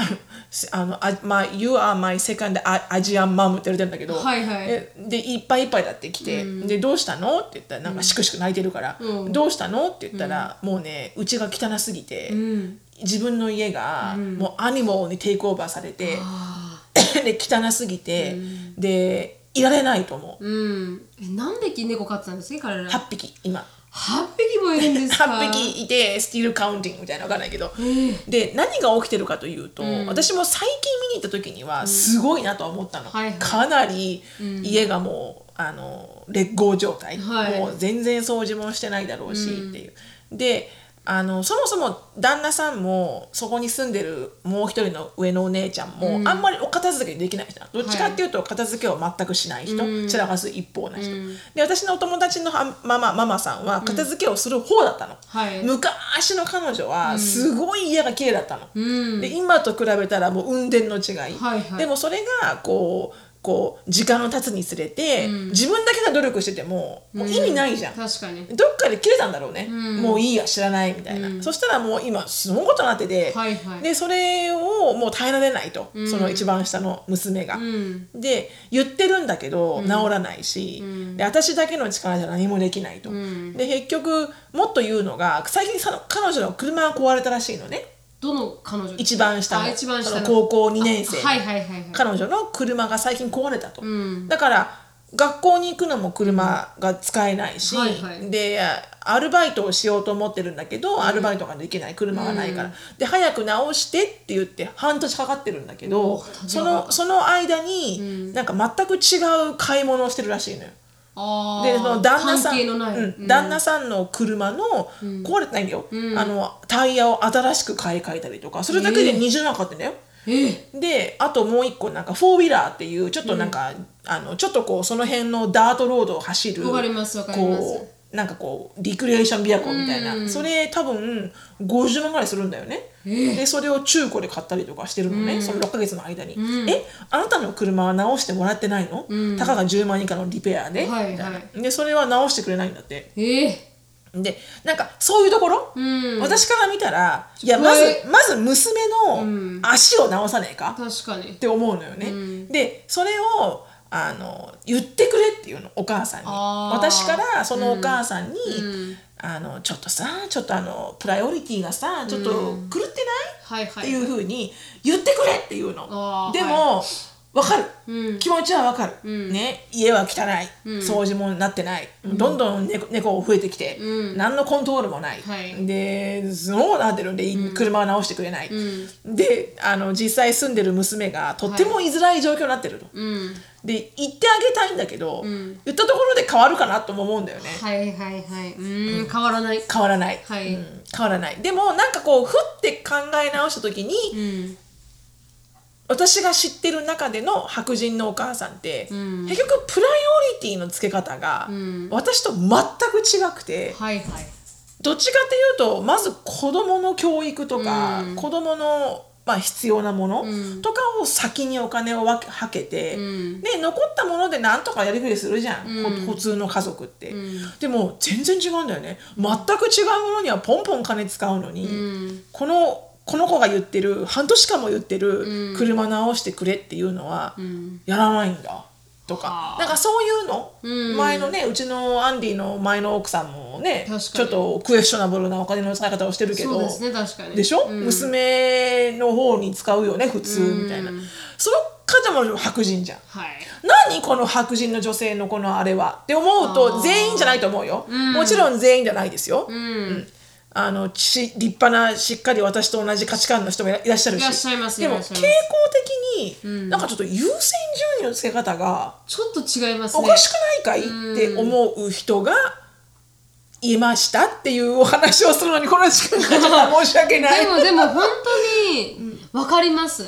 Speaker 2: あのせあのあまあ「You are my second Asian mom」って言われてるんだけど、
Speaker 1: はいはい
Speaker 2: ででいっぱいいっぱいだって来て「でどうしたの?」って言ったらなんかしくしく泣いてるから「
Speaker 1: うん
Speaker 2: どうしたの?」って言ったら、もうねうちが汚すぎて、
Speaker 1: うん
Speaker 2: 自分の家がもうアニモルにテイクオーバーされて、
Speaker 1: あ
Speaker 2: で汚すぎて、でいられないと思う、
Speaker 1: ーうんえ何匹猫飼ってたんですか彼ら
Speaker 2: 8匹今。
Speaker 1: 八匹もいるんですか
Speaker 2: 8匹いてスティールカウンティングみたいなのわかんないけど、
Speaker 1: え
Speaker 2: で何が起きてるかというと、私も最近見に行った時にはすごいなとは思ったの、
Speaker 1: はいはい
Speaker 2: かなり家がもう、あの劣行状態、
Speaker 1: はい
Speaker 2: もう全然掃除もしてないだろうしっていう、であのそもそも旦那さんもそこに住んでるもう一人の上のお姉ちゃんも、あんまりお片付けできない人なのどっちかっていうと片付けを全くしない人、散らかす一方な人、で私のお友達のはママママさんは片付けをする方だったの、
Speaker 1: はい
Speaker 2: 昔の彼女はすごい家が綺麗だったの、
Speaker 1: うん
Speaker 2: で今と比べたらもう運転の違い、
Speaker 1: はいはい
Speaker 2: でもそれがこうこう時間を経つにつれて、自分だけが努力しててももう意味ないじゃん、
Speaker 1: 確かに
Speaker 2: どっかで切れたんだろうね、もういいや知らないみたいな、そしたらもう今すごいことになってて、
Speaker 1: はいはい
Speaker 2: でそれをもう耐えられないと、その一番下の娘が、
Speaker 1: うん
Speaker 2: で言ってるんだけど治らないし、で私だけの力じゃ何もできないと、
Speaker 1: ん
Speaker 2: で結局もっと言うのが最近その彼女の車が壊れたらしいのね
Speaker 1: どの彼女
Speaker 2: 一番下の
Speaker 1: あ一番下
Speaker 2: そ
Speaker 1: の
Speaker 2: の高校2年生
Speaker 1: あはいはいはいはい
Speaker 2: 彼女の車が最近壊れたと、
Speaker 1: ん
Speaker 2: だから学校に行くのも車が使えないし、
Speaker 1: うんはいはい
Speaker 2: でアルバイトをしようと思ってるんだけど、アルバイトができない車がないから、で早く直してって言って半年かかってるんだけどそのその間に、なんか全く違う買い物をしてるらしいのよ。
Speaker 1: あー
Speaker 2: でその旦那さん
Speaker 1: 関係のない、
Speaker 2: うん旦那さんの車の壊れてないんだよ、あのタイヤを新しく買い替えたりとかそれだけで20万かかってんだよ。
Speaker 1: え
Speaker 2: であともう一個なんかフォーウィラーっていうちょっとなんか、あのちょっとこうその辺のダートロードを走る
Speaker 1: わかりますわかります
Speaker 2: こうなんかこうリクレーションビアコみたいな、それ多分50万ぐらいするんだよね、でそれを中古で買ったりとかしてるのね、その6ヶ月の間に、えあなたの車は直してもらってないの、たかが10万以下のリペアで、
Speaker 1: はい
Speaker 2: みたいな
Speaker 1: は
Speaker 2: でそれは直してくれないんだって
Speaker 1: ええ
Speaker 2: でなんかそういうところ、
Speaker 1: ん
Speaker 2: 私から見たらいや
Speaker 1: これ
Speaker 2: まずまず娘の足を直さねえか、
Speaker 1: 確かに
Speaker 2: って思うのよね。でそれをあの言ってくれっていうのお母さんに
Speaker 1: あー
Speaker 2: 私からそのお母さんに、あのちょっとさちょっとあのプライオリティがさちょっと狂ってない、
Speaker 1: はいは
Speaker 2: っ
Speaker 1: い
Speaker 2: ていうふうに言ってくれっていうの、
Speaker 1: あー
Speaker 2: でも、わかる、
Speaker 1: うん
Speaker 2: 気持ちはわかる、ね、家は汚い、掃除もなってない、どんどん猫猫増えてきて、
Speaker 1: うん
Speaker 2: 何のコントロールもない、
Speaker 1: はい
Speaker 2: でそうなってるんで、車は直してくれない、であの実際住んでる娘がとっても居づらい状況になってると、
Speaker 1: うん
Speaker 2: で言ってあげたいんだけど、言ったところで変わるかなとも思うんだよね、
Speaker 1: はいはいはいうん変わらない
Speaker 2: 変わらない、
Speaker 1: はい
Speaker 2: うん変わらないでもなんかこうふって考え直した時に、
Speaker 1: うん
Speaker 2: 私が知ってる中での白人のお母さんって、
Speaker 1: ん
Speaker 2: 結局プライオリティの付け方が、
Speaker 1: ん
Speaker 2: 私と全く違くて
Speaker 1: はいはい
Speaker 2: どっちかっていうとまず子どもの教育とか、
Speaker 1: うん
Speaker 2: 子どもの、まあ、必要なもの
Speaker 1: うん
Speaker 2: とかを先にお金を分けはけて、
Speaker 1: うん
Speaker 2: で残ったものでなんとかやりくりするじゃん、
Speaker 1: うん
Speaker 2: こ普通の家族って、
Speaker 1: うん
Speaker 2: でも全然違うんだよね全く違うものにはポンポン金使うのに。
Speaker 1: うん
Speaker 2: このこの子が言ってる半年間も言ってる、
Speaker 1: うん
Speaker 2: 車直してくれっていうのは、
Speaker 1: うん
Speaker 2: やらないんだと
Speaker 1: は
Speaker 2: か
Speaker 1: あ
Speaker 2: なんかそういうの、
Speaker 1: うん
Speaker 2: 前のねうちのアンディの前の奥さんもね
Speaker 1: 確かに
Speaker 2: ちょっとクエスチョナブルなお金の使い方をしてるけど
Speaker 1: そうですね確かに
Speaker 2: でしょ、
Speaker 1: うん
Speaker 2: 娘の方に使うよね普通みたいな、
Speaker 1: うん
Speaker 2: その方も白人じゃん。
Speaker 1: はい
Speaker 2: 何この白人の女性のこのあれはって思う
Speaker 1: あ
Speaker 2: と
Speaker 1: ー
Speaker 2: 全員じゃないと思うよ、
Speaker 1: ん
Speaker 2: もちろん全員じゃないですよ、
Speaker 1: うん
Speaker 2: あのち立派なしっかり私と同じ価値観の人もいらいらっしゃるし
Speaker 1: いらっしゃいます
Speaker 2: でも
Speaker 1: いら
Speaker 2: 傾
Speaker 1: っしゃ
Speaker 2: 向
Speaker 1: います
Speaker 2: 的に、
Speaker 1: ん
Speaker 2: なんかちょっと優先順位の付け方が
Speaker 1: ちょっと違います
Speaker 2: お
Speaker 1: ね
Speaker 2: かしくないかい、って思う人がいましたっていうお話をするのにこの時間がちょっと申し訳ない
Speaker 1: でもでも本当に分かります、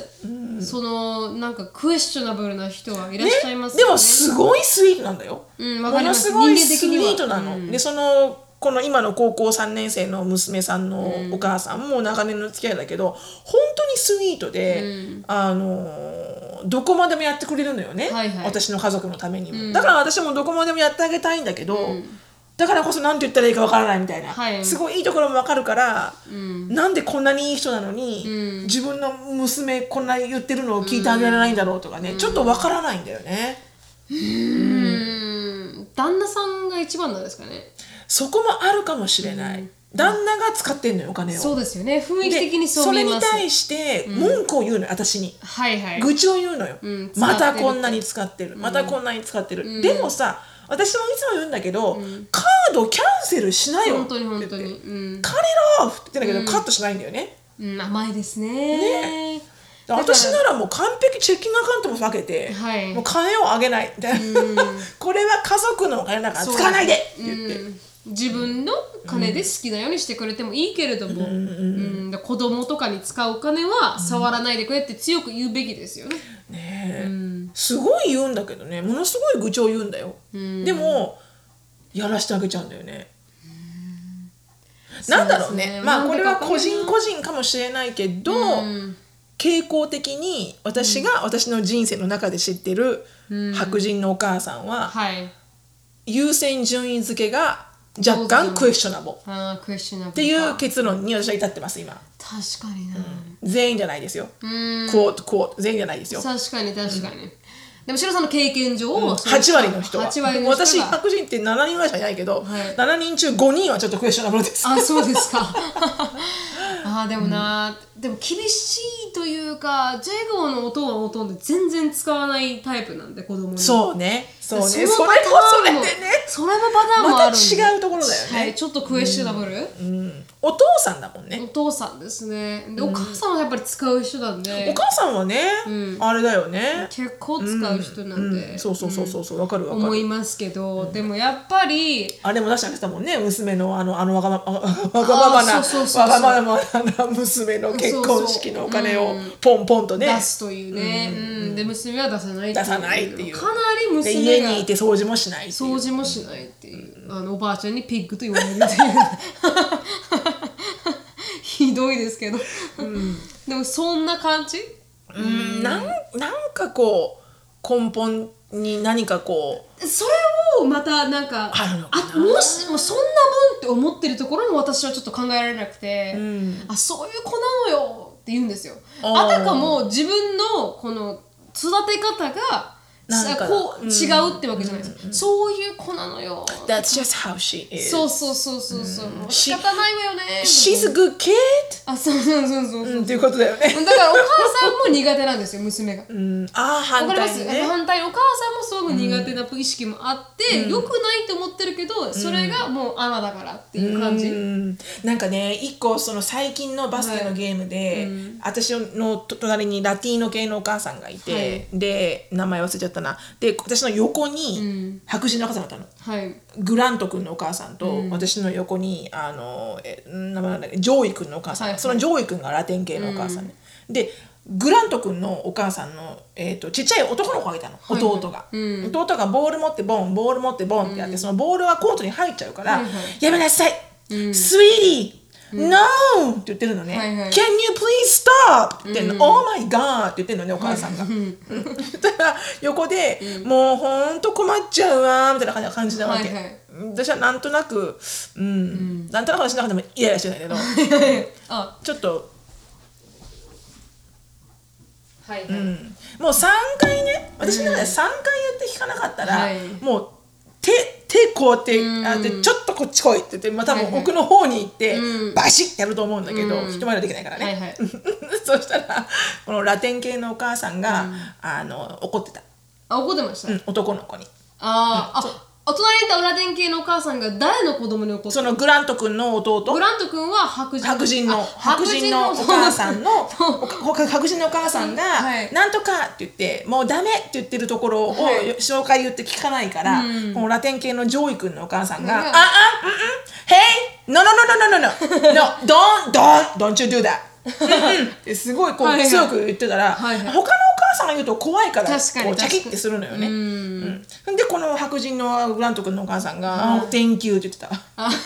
Speaker 1: そのなんかクエスチョナブルな人はいらっしゃいます
Speaker 2: で
Speaker 1: よね
Speaker 2: もすごいスイートなんだよ、
Speaker 1: うんわ
Speaker 2: も
Speaker 1: かり
Speaker 2: の
Speaker 1: ますす
Speaker 2: ごい
Speaker 1: 人間
Speaker 2: ス
Speaker 1: 的
Speaker 2: イ
Speaker 1: には
Speaker 2: ートなの、でそのこの今の高校3年生の娘さんのお母さんも長年の付き合いだけど本当にスイートで、あのーどこまでもやってくれるのよね、
Speaker 1: はいはい
Speaker 2: 私の家族のためにも、だから私もどこまでもやってあげたいんだけど、だからこそ何て言ったらいいかわからないみたいな、
Speaker 1: はい
Speaker 2: すごいいいところもわかるから、なんでこんなにいい人なのに、
Speaker 1: うん
Speaker 2: 自分の娘こんな言ってるのを聞いてあげられないんだろうとかね、ちょっとわからないんだよね。
Speaker 1: うん旦那さんが一番なんですかね
Speaker 2: そこもあるかもしれない、旦那が使ってんのよお金を
Speaker 1: そうですよね雰囲気
Speaker 2: で
Speaker 1: 的にそ
Speaker 2: そう
Speaker 1: 見
Speaker 2: れ
Speaker 1: え
Speaker 2: に
Speaker 1: ます
Speaker 2: 対して文句を言うのよ、私に
Speaker 1: はいはい
Speaker 2: 愚痴を言うのよ、
Speaker 1: うん
Speaker 2: またこんなに使ってるまたこんなに使ってる、でもさ私もいつも言うんだけど、カードキャンセルしなよ
Speaker 1: 本当に本当
Speaker 2: って
Speaker 1: に
Speaker 2: 言って
Speaker 1: うん、
Speaker 2: 借りろって言ってんだけど、カットしないんだよね
Speaker 1: うん、甘いですね
Speaker 2: だから私ならもう完璧チェッキングアカウントも分けて、
Speaker 1: はい
Speaker 2: もう金をあげないみたいな、 これは家族のお金だから使わないでって言って、
Speaker 1: うん自分の金で好きなようにしてくれてもいいけれども、うんだから子供とかに使うお金は触らないでくれって強く言うべきですよね。
Speaker 2: ねえすごい言うんだけどねものすごい愚痴を言うんだよ、でもやらしてあげちゃうんだよね、なんだろう
Speaker 1: そう
Speaker 2: ね
Speaker 1: ですね
Speaker 2: まあ
Speaker 1: なん
Speaker 2: こ
Speaker 1: で
Speaker 2: れ
Speaker 1: か
Speaker 2: は
Speaker 1: わかんない
Speaker 2: 個人個人かもしれないけど、
Speaker 1: ん
Speaker 2: 傾向的に私が私の人生の中で知ってる白人のお母さんは
Speaker 1: はい。
Speaker 2: 優先順位付けが若
Speaker 1: 上
Speaker 2: 干
Speaker 1: 手
Speaker 2: クエスチョナブルっ
Speaker 1: ああ、クエスチョナブルか。って
Speaker 2: いう結論に私は至ってます今
Speaker 1: 確かにな。
Speaker 2: 全員じゃないですよ、
Speaker 1: う
Speaker 2: こうこう全員じゃないですよ
Speaker 1: 確かに確かに。でも、シロさんの経験上、そう
Speaker 2: 8割の人は
Speaker 1: 8割の人が
Speaker 2: 私白人って7人ぐらいしかいないけど、
Speaker 1: はい
Speaker 2: 7人中5人はちょっとクエスチョナブルです
Speaker 1: あ、そうですか。 ああ、でもな、でも厳しいというか、ジェイゴーの音は音で全然使わないタイプなんで、子供に。
Speaker 2: そうねそうねそれ
Speaker 1: の
Speaker 2: も
Speaker 1: パ
Speaker 2: そ
Speaker 1: ター
Speaker 2: れ
Speaker 1: ン
Speaker 2: で
Speaker 1: も
Speaker 2: ね
Speaker 1: それもパターンもあるんで
Speaker 2: また違うところだよね
Speaker 1: はい、ちょっとクエスチョナブル、
Speaker 2: お父さんだもんね
Speaker 1: お、父さんですねで、お母さんはやっぱり使う人なんで
Speaker 2: お母さんはね、あれだよね、
Speaker 1: 結構使う人なんで、
Speaker 2: うんそうそうそうそうそうわかるわか
Speaker 1: 思
Speaker 2: る
Speaker 1: いますけど、でもやっぱり
Speaker 2: あれも出してあげてたもんね娘のあのあのわがま わわがままな
Speaker 1: あーそうそうそうそう
Speaker 2: わがままな娘の結婚式のお金をポンポンとね
Speaker 1: 出すというね、うんで娘は出さないって
Speaker 2: 出さないっていう
Speaker 1: かなり
Speaker 2: で
Speaker 1: 娘
Speaker 2: 家
Speaker 1: が
Speaker 2: にいて掃除もしないっていう
Speaker 1: 掃除もしないっていう、あのおばあちゃんにピッグと言われる っていうひどいですけど、でもそんな感じ
Speaker 2: うんなんなんかこう根本に何かこう
Speaker 1: それをまたなんか
Speaker 2: あるのかな
Speaker 1: もしもうそんなもんって思ってるところも私はちょっと考えられなくて、あそういう子なのよって言うんですよ
Speaker 2: あー
Speaker 1: あたかも自分のこの育て方が
Speaker 2: なんか
Speaker 1: さこう違うってわけじゃないです、そういう子なのよ
Speaker 2: That's just how she is.
Speaker 1: そうそうそうそうそう、もう仕方ないわよね
Speaker 2: She's a good kid!
Speaker 1: あそうそうそうそうそう、
Speaker 2: っていうことだよね。
Speaker 1: だからお母さんも苦手なんですよ娘が
Speaker 2: うん、ああ、
Speaker 1: わ
Speaker 2: 反
Speaker 1: かりま
Speaker 2: 対
Speaker 1: す、
Speaker 2: にね。
Speaker 1: 反対にお母さんもすごく苦手な意識もあって、良くないと思ってるけどそれがもうアナだからっていう感じ、
Speaker 2: うんなんかね一個その最近のバスケのゲームで、私の隣にラティーノ系のお母さんがいて、
Speaker 1: はい
Speaker 2: で名前忘れちゃったなで私の横に白人の方だったの、
Speaker 1: はい
Speaker 2: グラント君のお母さんと、私の横にあのえ名前なんだっけジョイ君のお母さん、
Speaker 1: はいはい
Speaker 2: そのジョイ君がラテン系のお母さんね、でグラント君のお母さんの、えー、とちっちゃい男の子がいたの、弟が、弟がボール持ってボンボール持ってボンってやって、そのボールはコートに入っちゃうから「
Speaker 1: はいは
Speaker 2: やめなさい、スイーティー NO! って言ってるのね、
Speaker 1: はいはい
Speaker 2: Can you please stop! って言ってんの、Oh my god! って言ってんのね、お母さんが。そ したら横で、もうほんと困っちゃうわーみたいな感じ感じなわけ、
Speaker 1: はいはい
Speaker 2: 私はなんとなく、うんなんとなく私の中でもイライラしてないけど
Speaker 1: あ
Speaker 2: ちょっと、
Speaker 1: はいはい、
Speaker 2: うんもう3回ね私の中で3回言って聞かなかったら、
Speaker 1: はい
Speaker 2: もう手手こうやって、あでちょっとこっち来いって言って、まあ、多分奥の方に行って、バシッてやると思うんだけど、人前ではできないからね、
Speaker 1: はいはい
Speaker 2: そしたらこのラテン系のお母さんが、あの怒ってた、
Speaker 1: あ怒ってました、
Speaker 2: うん男の子に。
Speaker 1: あーあお隣にいた裏電系のお母さんが誰の子供に怒って
Speaker 2: そのグラント君の弟
Speaker 1: グラント君は白人
Speaker 2: 白人の
Speaker 1: あ
Speaker 2: 白人のお母さんのおか白人のお母さんが
Speaker 1: はい
Speaker 2: 「なんとか」って言って「もうダメ」って言ってるところを
Speaker 1: はい
Speaker 2: 紹介言って聞かないから、このラテン系のジョイ君のお母さんが「
Speaker 1: うん
Speaker 2: ああうんうん Hey no no no no no no no no don't don't don't you do that うん」ってすごいこ
Speaker 1: はいうはい
Speaker 2: 強く言ってたら、
Speaker 1: はいはい
Speaker 2: 他のお母さんが言うと怖いから
Speaker 1: 確かに
Speaker 2: こうチャ
Speaker 1: 確か
Speaker 2: キ
Speaker 1: に
Speaker 2: ってするのよね。うんでこの白人のグラント君のお母さんが「Oh, Thank you」って言ってた。
Speaker 1: あ恥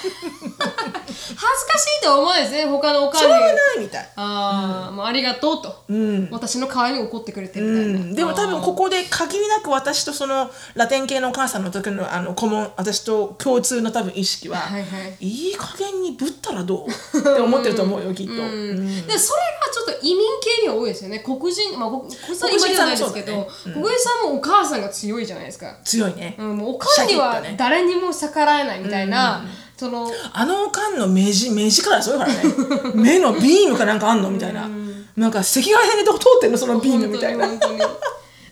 Speaker 1: ずかしいとは思わないですね他のお母
Speaker 2: しょう
Speaker 1: さん
Speaker 2: が
Speaker 1: に
Speaker 2: ないみたい。
Speaker 1: ああ、もうありがとうと、私の代わりに怒ってくれてみたいな、
Speaker 2: うんでも多分ここで限りなく私とそのラテン系のお母さんの時のあの顧問私と共通の多分意識は、、
Speaker 1: はいはい
Speaker 2: い加減にぶったらどうって思ってると思うよきっと。うん
Speaker 1: でそれがちょっと移民系には多いですよね黒人まあ黒黒人は
Speaker 2: 黒
Speaker 1: 今
Speaker 2: 人
Speaker 1: じ
Speaker 2: さ
Speaker 1: ゃな
Speaker 2: んも
Speaker 1: いで
Speaker 2: そう
Speaker 1: す
Speaker 2: だ
Speaker 1: け
Speaker 2: ね
Speaker 1: ど、黒人さんもお母さんが強いじゃないですか、
Speaker 2: 強いね、
Speaker 1: うん、もうおかんには
Speaker 2: シャキッとね
Speaker 1: 誰にも逆らえないみたいな、その
Speaker 2: あのおかんの目地目力すごいからね 目のビームかなんかあんのみたいな、なんか赤外線でどこ通ってんのそのビームみたいな
Speaker 1: 本当に本当に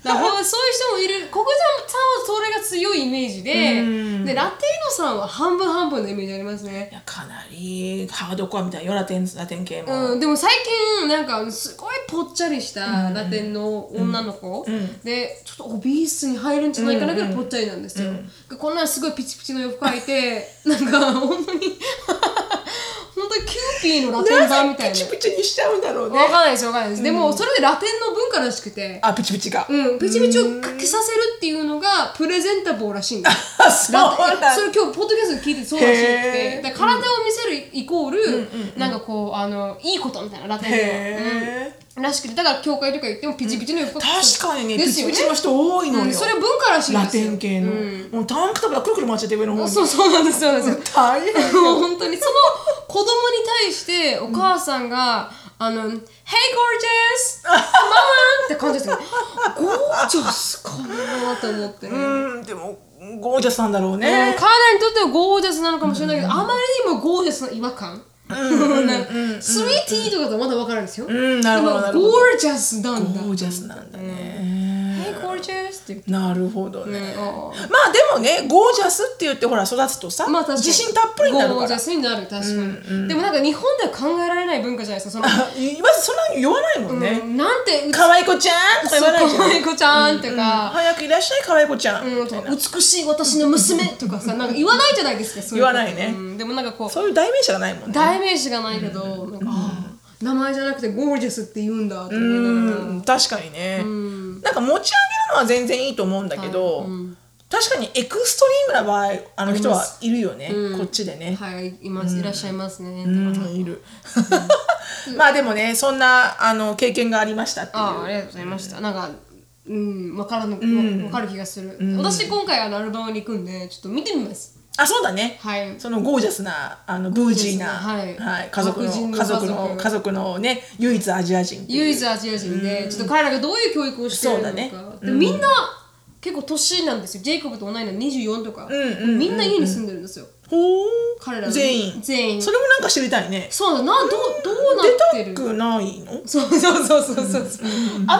Speaker 1: だからほんそういう人もいる黒人さんはそれが強いイメージで、でラテーノさんは半分半分のイメージありますね
Speaker 2: いやかなりハードコアみたいなよラテンラテン系も、
Speaker 1: うん、でも最近なんかすごいぽっちゃりしたラテンの女の子、でちょっとオビースに入るんじゃないかなぐらいぽっちゃりなんですよ、こんなすごいピチピチの洋服履いてなんか本当に本当にキューピーのラテン版
Speaker 2: な
Speaker 1: み
Speaker 2: ん
Speaker 1: たい
Speaker 2: で
Speaker 1: な
Speaker 2: ピチピチにしちゃうんだろうね
Speaker 1: わかんないですわかんないです、でもそれでラテンの文化らしくて
Speaker 2: あピチピチが、
Speaker 1: うん、ピチピチをかけさせるっていうのがプレゼンタボーらしいんです
Speaker 2: あ そう
Speaker 1: ラテン
Speaker 2: なんだ
Speaker 1: それ今日ポッドキャストで聞いてそうらしく
Speaker 2: へ
Speaker 1: て
Speaker 2: ー
Speaker 1: だから体を見せるイコール、なんかこうあのいいことみたいなラテンでは
Speaker 2: へえ、
Speaker 1: らしくてだから教会とか行ってもピチピチの洋服を着て
Speaker 2: 確かにね
Speaker 1: ですよ
Speaker 2: ピチピチの人多いのよ、
Speaker 1: うんそれ文化らしいん
Speaker 2: ラ
Speaker 1: です
Speaker 2: テ
Speaker 1: よ
Speaker 2: ン系の、もうタンクトップがくるくる回っちゃって上の方に
Speaker 1: そうそうなんですそうなんですよ
Speaker 2: 大変
Speaker 1: もう本当にその子供に対してお母さんが、あの「Hey gorgeous! ママ!」って感じですよゴージャスかなと思ってね、
Speaker 2: うんでもゴージャスなんだろう
Speaker 1: うん
Speaker 2: ね、
Speaker 1: 彼らにとってはゴージャスなのかもしれないけど、あまりにもゴージャスな違和感、 なんかスイーティーとかだとまだわかるんですよ、
Speaker 2: んなるほど
Speaker 1: でも
Speaker 2: なるほど
Speaker 1: ゴージャスなんだ
Speaker 2: ゴージャスなんだね、
Speaker 1: Hey gorgeous って言って
Speaker 2: なるほどね、
Speaker 1: うん
Speaker 2: まあでもねゴージャスって言ってほら育つとさ、
Speaker 1: まあ確かに
Speaker 2: 自信たっぷりになる
Speaker 1: ゴ
Speaker 2: か
Speaker 1: ージ
Speaker 2: ら
Speaker 1: ャスになる確かに、でもなんか日本では考えられない文化じゃないですかその、
Speaker 2: あいまずそんなに言わないもんね、
Speaker 1: うんなんて
Speaker 2: 可愛い子ちゃんとか言わないじゃん
Speaker 1: い子ちゃんとか、
Speaker 2: 早くいらっしゃい可愛い子ちゃん、
Speaker 1: うん
Speaker 2: みたいな
Speaker 1: 美しい私の娘とかさなんか言わないじゃないですかそううこと
Speaker 2: 言わないね
Speaker 1: うんでもなんかこう
Speaker 2: そういう代名詞がないもんね
Speaker 1: 代名詞がないけど、なんかあー名前じゃなくてゴージャスって言うんだと思いながら
Speaker 2: うん確かにね、なんか持ち上げるのは全然いいと思うんだけど、確かにエクストリームな場合あの人はいるよね、こっちでね、
Speaker 1: はい、います、いらっしゃいますね。
Speaker 2: うんいる まあでもねそんなあの経験がありましたってい
Speaker 1: ああ、あ
Speaker 2: う
Speaker 1: りがとうございました。なんか、うん、わからぬ、わ、かる気がする。私今回あのアルバムに行くんで、ちょっと見てみます。
Speaker 2: あそうだね、
Speaker 1: はい。
Speaker 2: そのゴージャスなあのブージーな、
Speaker 1: ゴージャスなはい
Speaker 2: 家族の
Speaker 1: 白人の
Speaker 2: 家族の
Speaker 1: 家族
Speaker 2: 家族のね唯一アジア人っていう
Speaker 1: 唯一アジア人で、ちょっと彼らがどういう教育をしている
Speaker 2: そうだね
Speaker 1: のか。でみんな、結構年なんですよジェイコブと同いの24とか、
Speaker 2: んうんうん
Speaker 1: みんな家に住んでるんですよ
Speaker 2: ほう
Speaker 1: 彼らの
Speaker 2: 全員
Speaker 1: 全員
Speaker 2: それもなんか知りたいね
Speaker 1: そうだなどうどうなって
Speaker 2: 出
Speaker 1: る
Speaker 2: たくないの
Speaker 1: そうそうそうそうそうそう、アメリカだか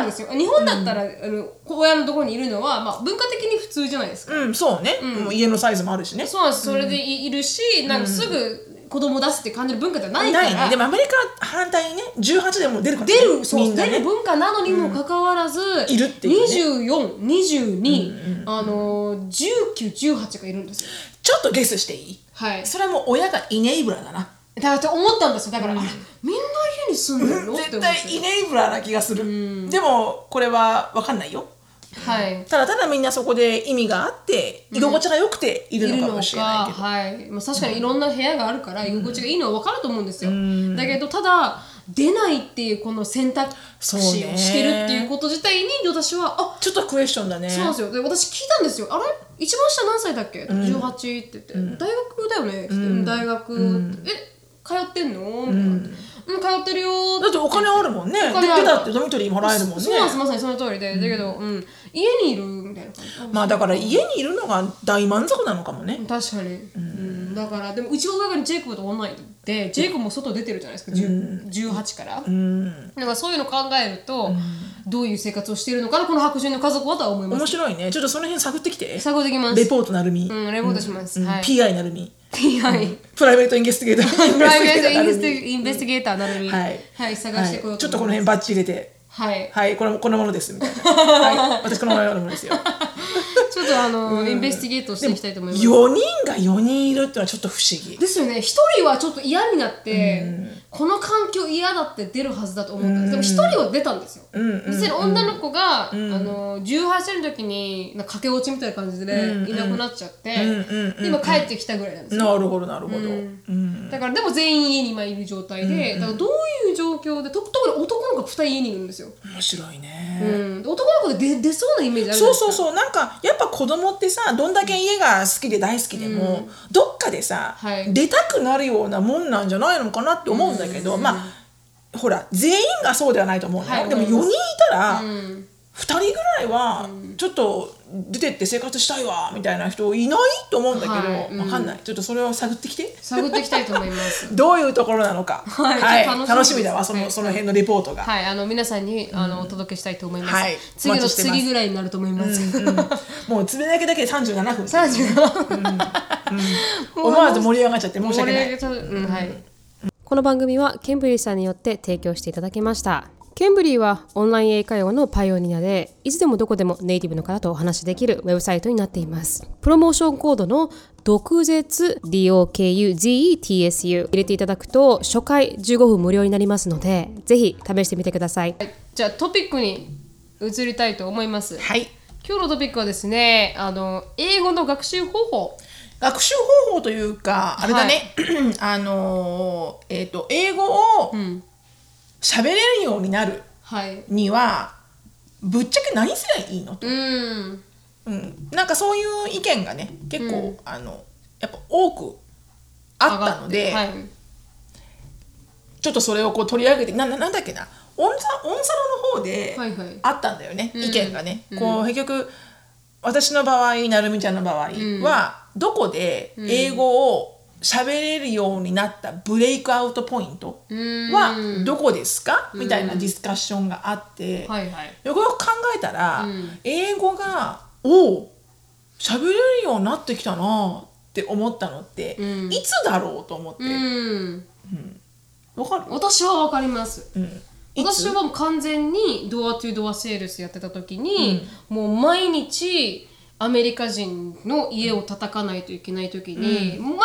Speaker 1: らですよ日本だったら、あの親のところにいるのは、まあ、文化的に普通じゃないですか、
Speaker 2: うんそうね、もう家のサイズもあるしね
Speaker 1: そうなんですそれでい,、るしなんかすぐ子供出すって感じる文化じゃないか
Speaker 2: な
Speaker 1: ら、
Speaker 2: いねでもアメリカは反対にね18でも出るからね
Speaker 1: 出るそう
Speaker 2: みんな
Speaker 1: 出
Speaker 2: ね
Speaker 1: る文化なのにもかかわらず、
Speaker 2: いるっていう
Speaker 1: 2422、あの1918がいるんですよ
Speaker 2: ちょっとゲスしていい
Speaker 1: はい
Speaker 2: それはもう親がイネイブラだな
Speaker 1: だって思ったんですよだから、あれみんな家に住んでるのって思
Speaker 2: 絶
Speaker 1: って
Speaker 2: 対イネイブラな気がする、でもこれは分かんないよ
Speaker 1: はい
Speaker 2: ただただみんなそこで意味があって居心地が良くているのかもしれないけど、
Speaker 1: はい、まあ、確かにいろんな部屋があるから居心地がいいのは分かると思うんですよ、だけどただ出ないっていうこの選択肢
Speaker 2: そ
Speaker 1: を
Speaker 2: うね
Speaker 1: してるっていうこと自体に私はあ
Speaker 2: ちょっとクエスチョンだね
Speaker 1: そうなんですよで私聞いたんですよ「あれ一番下何歳だっけ ?18」って言って、大学だよね」うん大学、え通ってんの?」みたいな「うん通ってるよ」って
Speaker 2: だってお金あるもんね
Speaker 1: お金ある
Speaker 2: で出たってドミトリーもらえるもんね
Speaker 1: そうなんですまさにその通りでだけど、うん、家にいるみたいな感じ
Speaker 2: まあだから家にいるのが大満足なのかもね
Speaker 1: 確かに、うん、だからでもうちの親がジェイコブとオンラインでジェイコブも外出てるじゃないですか、10 18から、
Speaker 2: うん
Speaker 1: だからそういうの考えると、どういう生活をしているのかなこの白人の家族はとは思いま
Speaker 2: 面
Speaker 1: す
Speaker 2: 白いねちょっとその辺探ってきて
Speaker 1: 探ってきます
Speaker 2: レポートなるみ、
Speaker 1: うんレポートします、はい
Speaker 2: PI なるみ
Speaker 1: PI
Speaker 2: プライベートインベスティゲー ター
Speaker 1: プライベート
Speaker 2: インベ
Speaker 1: イン
Speaker 2: スティゲーターなるみ
Speaker 1: インベスティゲーターなるに、
Speaker 2: はい、
Speaker 1: はい、探してこよう
Speaker 2: ちょっと
Speaker 1: 思
Speaker 2: この
Speaker 1: い
Speaker 2: 辺バッチ入れて
Speaker 1: ますはい、
Speaker 2: はいこれもこのものですみたい な、はい、私このようなものですよ
Speaker 1: ちょっとあの、インベスティゲートしていきたいと思います。
Speaker 2: 4人が4人いるってのはちょっと不思議
Speaker 1: ですよね、一人はちょっと嫌になって、この環境嫌だって出るはずだと思ったんです。でも一人は出たんですよ。
Speaker 2: うんうん
Speaker 1: 実際に女の子が、あの18歳の時になんか駆け落ちみたいな感じで、ねいなくなっちゃって、
Speaker 2: うんうん
Speaker 1: で今帰ってきたぐらいなんですよ。
Speaker 2: なるほどなるほど、うん
Speaker 1: だからでも全員家に今いる状態で、だからどういう状況でと特に男の子2人家にいるんですよ、
Speaker 2: 面白いね、
Speaker 1: うん、男の子で出出そうなイメージあるじゃな
Speaker 2: そ
Speaker 1: いうですか
Speaker 2: そうそうなんかやっぱ子供ってさどんだけ家が好きで大好きでも、どっかでさ、
Speaker 1: はい
Speaker 2: 出たくなるようなもんなんじゃないのかなって思うんだけど、まあほら全員がそうではないと思うの、
Speaker 1: はい
Speaker 2: でも4人いたら、
Speaker 1: うん
Speaker 2: 2人ぐらいはちょっと出てって生活したいわみたいな人いないと思うんだけど、わ
Speaker 1: はいうん
Speaker 2: 分かんないちょっとそれを探ってきて
Speaker 1: 探っていきたいと思います。
Speaker 2: どういうところなの か、
Speaker 1: はいちょっと楽しみです
Speaker 2: 楽しみだわその,、
Speaker 1: はい
Speaker 2: その辺のレポートが。
Speaker 1: はい、あの皆さんにあのお届けしたいと思います。
Speaker 2: はい
Speaker 1: 次
Speaker 2: お
Speaker 1: の
Speaker 2: 待ちしてます
Speaker 1: 次ぐらいになると思います。
Speaker 2: もうつぶやきだけで37分
Speaker 1: 三十
Speaker 2: 思わず盛り上がっちゃって申し訳ない。
Speaker 1: うん、はい。この番組はケンブリーさんによって提供していただきました。ケンブリーはオンライン英会話のパイオニアで、いつでもどこでもネイティブの方とお話しできるウェブサイトになっています。プロモーションコードの毒舌 DOKUZETSU 入れていただくと初回15分無料になりますので、ぜひ試してみてください。じゃあトピックに移りたいと思います。
Speaker 2: はい。
Speaker 1: 今日のトピックはですね、あの英語の学習方法。
Speaker 2: 学習方法というか、あれだね、 あのーえっ、と、英語を喋れるようになる
Speaker 1: はい。
Speaker 2: には、ぶっちゃけ何すりゃいいのと、
Speaker 1: うん。
Speaker 2: うんなんかそういう意見がね、結構、あの、やっぱ多くあったので、
Speaker 1: 上がってはい、
Speaker 2: ちょっとそれをこう取り上げて、な、ななんだっけな、オンサオンサロの方で
Speaker 1: はいはい
Speaker 2: あったんだよね、意見がね。こう、結局、私の場合、なるみちゃんの場合は、どこで英語を喋れるようになったブレイクアウトポイントはどこですか、みたいなディスカッションがあって、
Speaker 1: はいはい
Speaker 2: よくよく考えたら、英語が「おう喋れるようになってきたな」って思ったのって、いつだろうと思って、わ
Speaker 1: うん
Speaker 2: かる
Speaker 1: 私は分かります、
Speaker 2: いつ
Speaker 1: 私はもう完全にドアトゥドアセールスやってた時に、もう毎日アメリカ人の家を叩かないといけない時に、前その前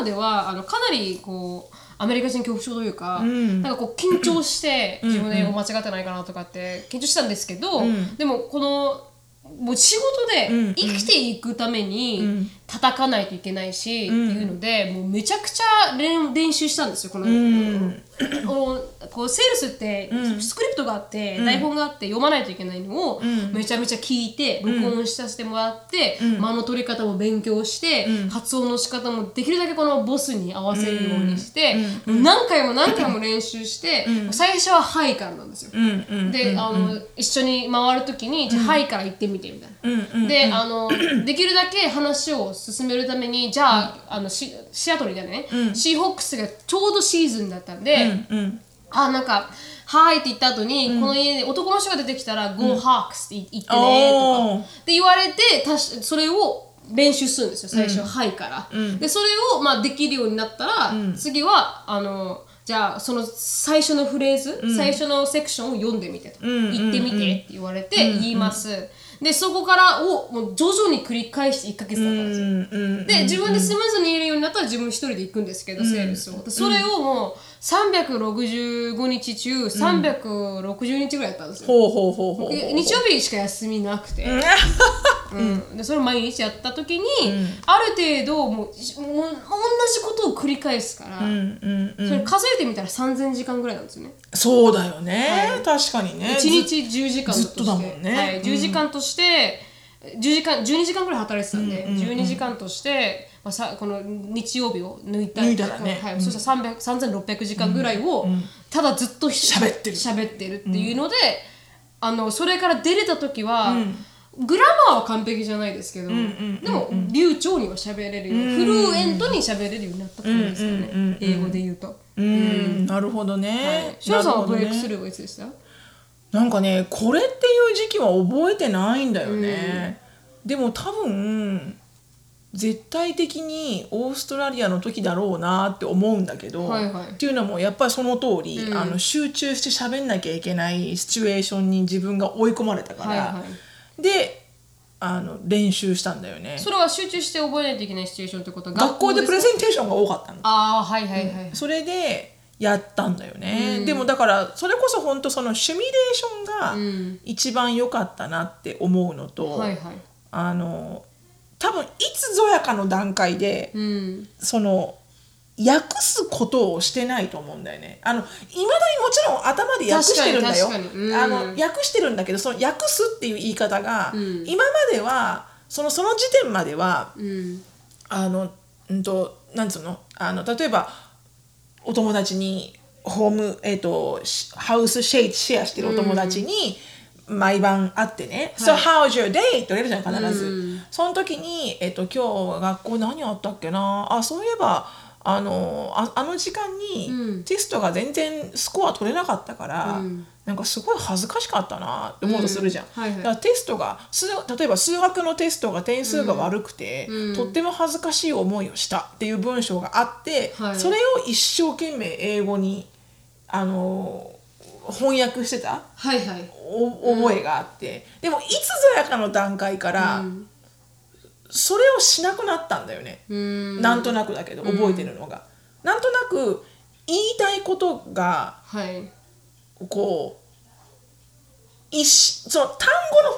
Speaker 1: まではあのかなりこうアメリカ人恐怖症というか、なんかこう緊張して自分の英語間違ってないかなとかって緊張してたんですけど、でもこのもう仕事で生きていくために叩かないといけないし、っていうのでもうめちゃくちゃ練練習したんですよこの、おこうセールスって、スクリプトがあって、台本があって読まないといけないのを、めちゃめちゃ聞いて録音させてもらって、間の取り方も勉強して、発音の仕方もできるだけこのボスに合わせるようにして、もう何回も何回も練習して、もう最初は「はい」からなんですよ。
Speaker 2: うんうん
Speaker 1: で、あの一緒に回る時に「じゃあはい」から言ってみてみたいな。であの できるだけ話を進めるためにじゃあ,、あのシシアトルでね、シーホックスがちょうどシーズンだったんで、
Speaker 2: うん
Speaker 1: あなんか「はーい」って言った後に、この家で男の人が出てきたら「Go Hawks」って言ってね
Speaker 2: お
Speaker 1: と
Speaker 2: ー
Speaker 1: かって言われてたしそれを練習するんですよ最初「はい」から、でそれを、まあ、できるようになったら、次はあのじゃあその最初のフレーズ、最初のセクションを読んでみてと、言ってみてって言われて言います、でそこからをもう徐々に繰り返して1ヶ月だったんですよ、
Speaker 2: うんうん
Speaker 1: で自分でスムーズに言えるようになったら自分一人で行くんですけど、セールスをでそれをもう365日中360日ぐらいやったんですよ、
Speaker 2: ほうほうほうほうほう
Speaker 1: で日曜日しか休みなくて、うんでそれを毎日やった時に、ある程度もうしもう同じことを繰り返すから、
Speaker 2: うんうんうん
Speaker 1: それ数えてみたら3,000時間ぐらいなんですよね
Speaker 2: そうだよね、確かにね
Speaker 1: 1日10時間として
Speaker 2: ずっとだもんね
Speaker 1: はい、
Speaker 2: うん
Speaker 1: 10時間として10時間12時間ぐらい働いてたんで、12時間として、まあ、さこの日曜日を抜いた
Speaker 2: 抜いたらね
Speaker 1: はいそしたら300 3600時間ぐらいを、ただずっとひ
Speaker 2: 喋ってる
Speaker 1: 喋ってるっていうので、あのそれから出れた時は、グラマーは完璧じゃないですけど、でも流暢には喋れるように、フルエントに喋れるようになったってことですよね、英語で言うと。
Speaker 2: うん、なるほどね、
Speaker 1: ショロさんは
Speaker 2: なるほ
Speaker 1: ブ
Speaker 2: ど
Speaker 1: レ
Speaker 2: ね
Speaker 1: イクスルーはいつでした、
Speaker 2: なんかねこれっていう時期は覚えてないんだよね、でも多分絶対的にオーストラリアの時だろうなって思うんだけど、
Speaker 1: はいはい
Speaker 2: っていうのもやっぱりその通り、あの集中して喋んなきゃいけないシチュエーションに自分が追い込まれたから、
Speaker 1: はいはい
Speaker 2: であの練習したんだよね
Speaker 1: それは集中して覚えないといけないシチュエーションってこと
Speaker 2: 学校でプレ
Speaker 1: ン
Speaker 2: ゼンテーションが多かったの
Speaker 1: ああはいはいはい、
Speaker 2: それでやったんだよね、でもだからそれこそ本当そのシミュレーションが一番良かったなって思うのと、
Speaker 1: はいはい
Speaker 2: あの多分いつぞやかの段階で、
Speaker 1: うん
Speaker 2: その訳すことをしてないと思うんだよね。あのいまだにもちろん頭で訳してるんだよ。
Speaker 1: 確かに確かにうん
Speaker 2: あの訳してるんだけどその訳すっていう言い方が、
Speaker 1: ん
Speaker 2: 今まではそのその時点までは
Speaker 1: うん
Speaker 2: あのうんとなんつうのあの例えばお友達にホーム、えっとしハウスシェイシェアしてるお友達に、毎晩会ってね「So how's your day?」って言われるじゃん必ず、その時に、えっと「今日学校何あったっけなあそういえばあのああの時間にテストが全然スコア取れなかったから、なんかすごい恥ずかしかったなって思うとするじゃん、
Speaker 1: うんはいはい
Speaker 2: だからテストが数例えば数学のテストが点数が悪くて、とっても恥ずかしい思いをしたっていう文章があって、
Speaker 1: はい
Speaker 2: それを一生懸命英語にあの翻訳してた
Speaker 1: はいはい
Speaker 2: お覚えがあって、でもいつぞやかの段階から、それをしなくなったんだよね、
Speaker 1: うん
Speaker 2: なんとなくだけど覚えてるのが。なんとなく言いたいことが
Speaker 1: はい
Speaker 2: こう一しその単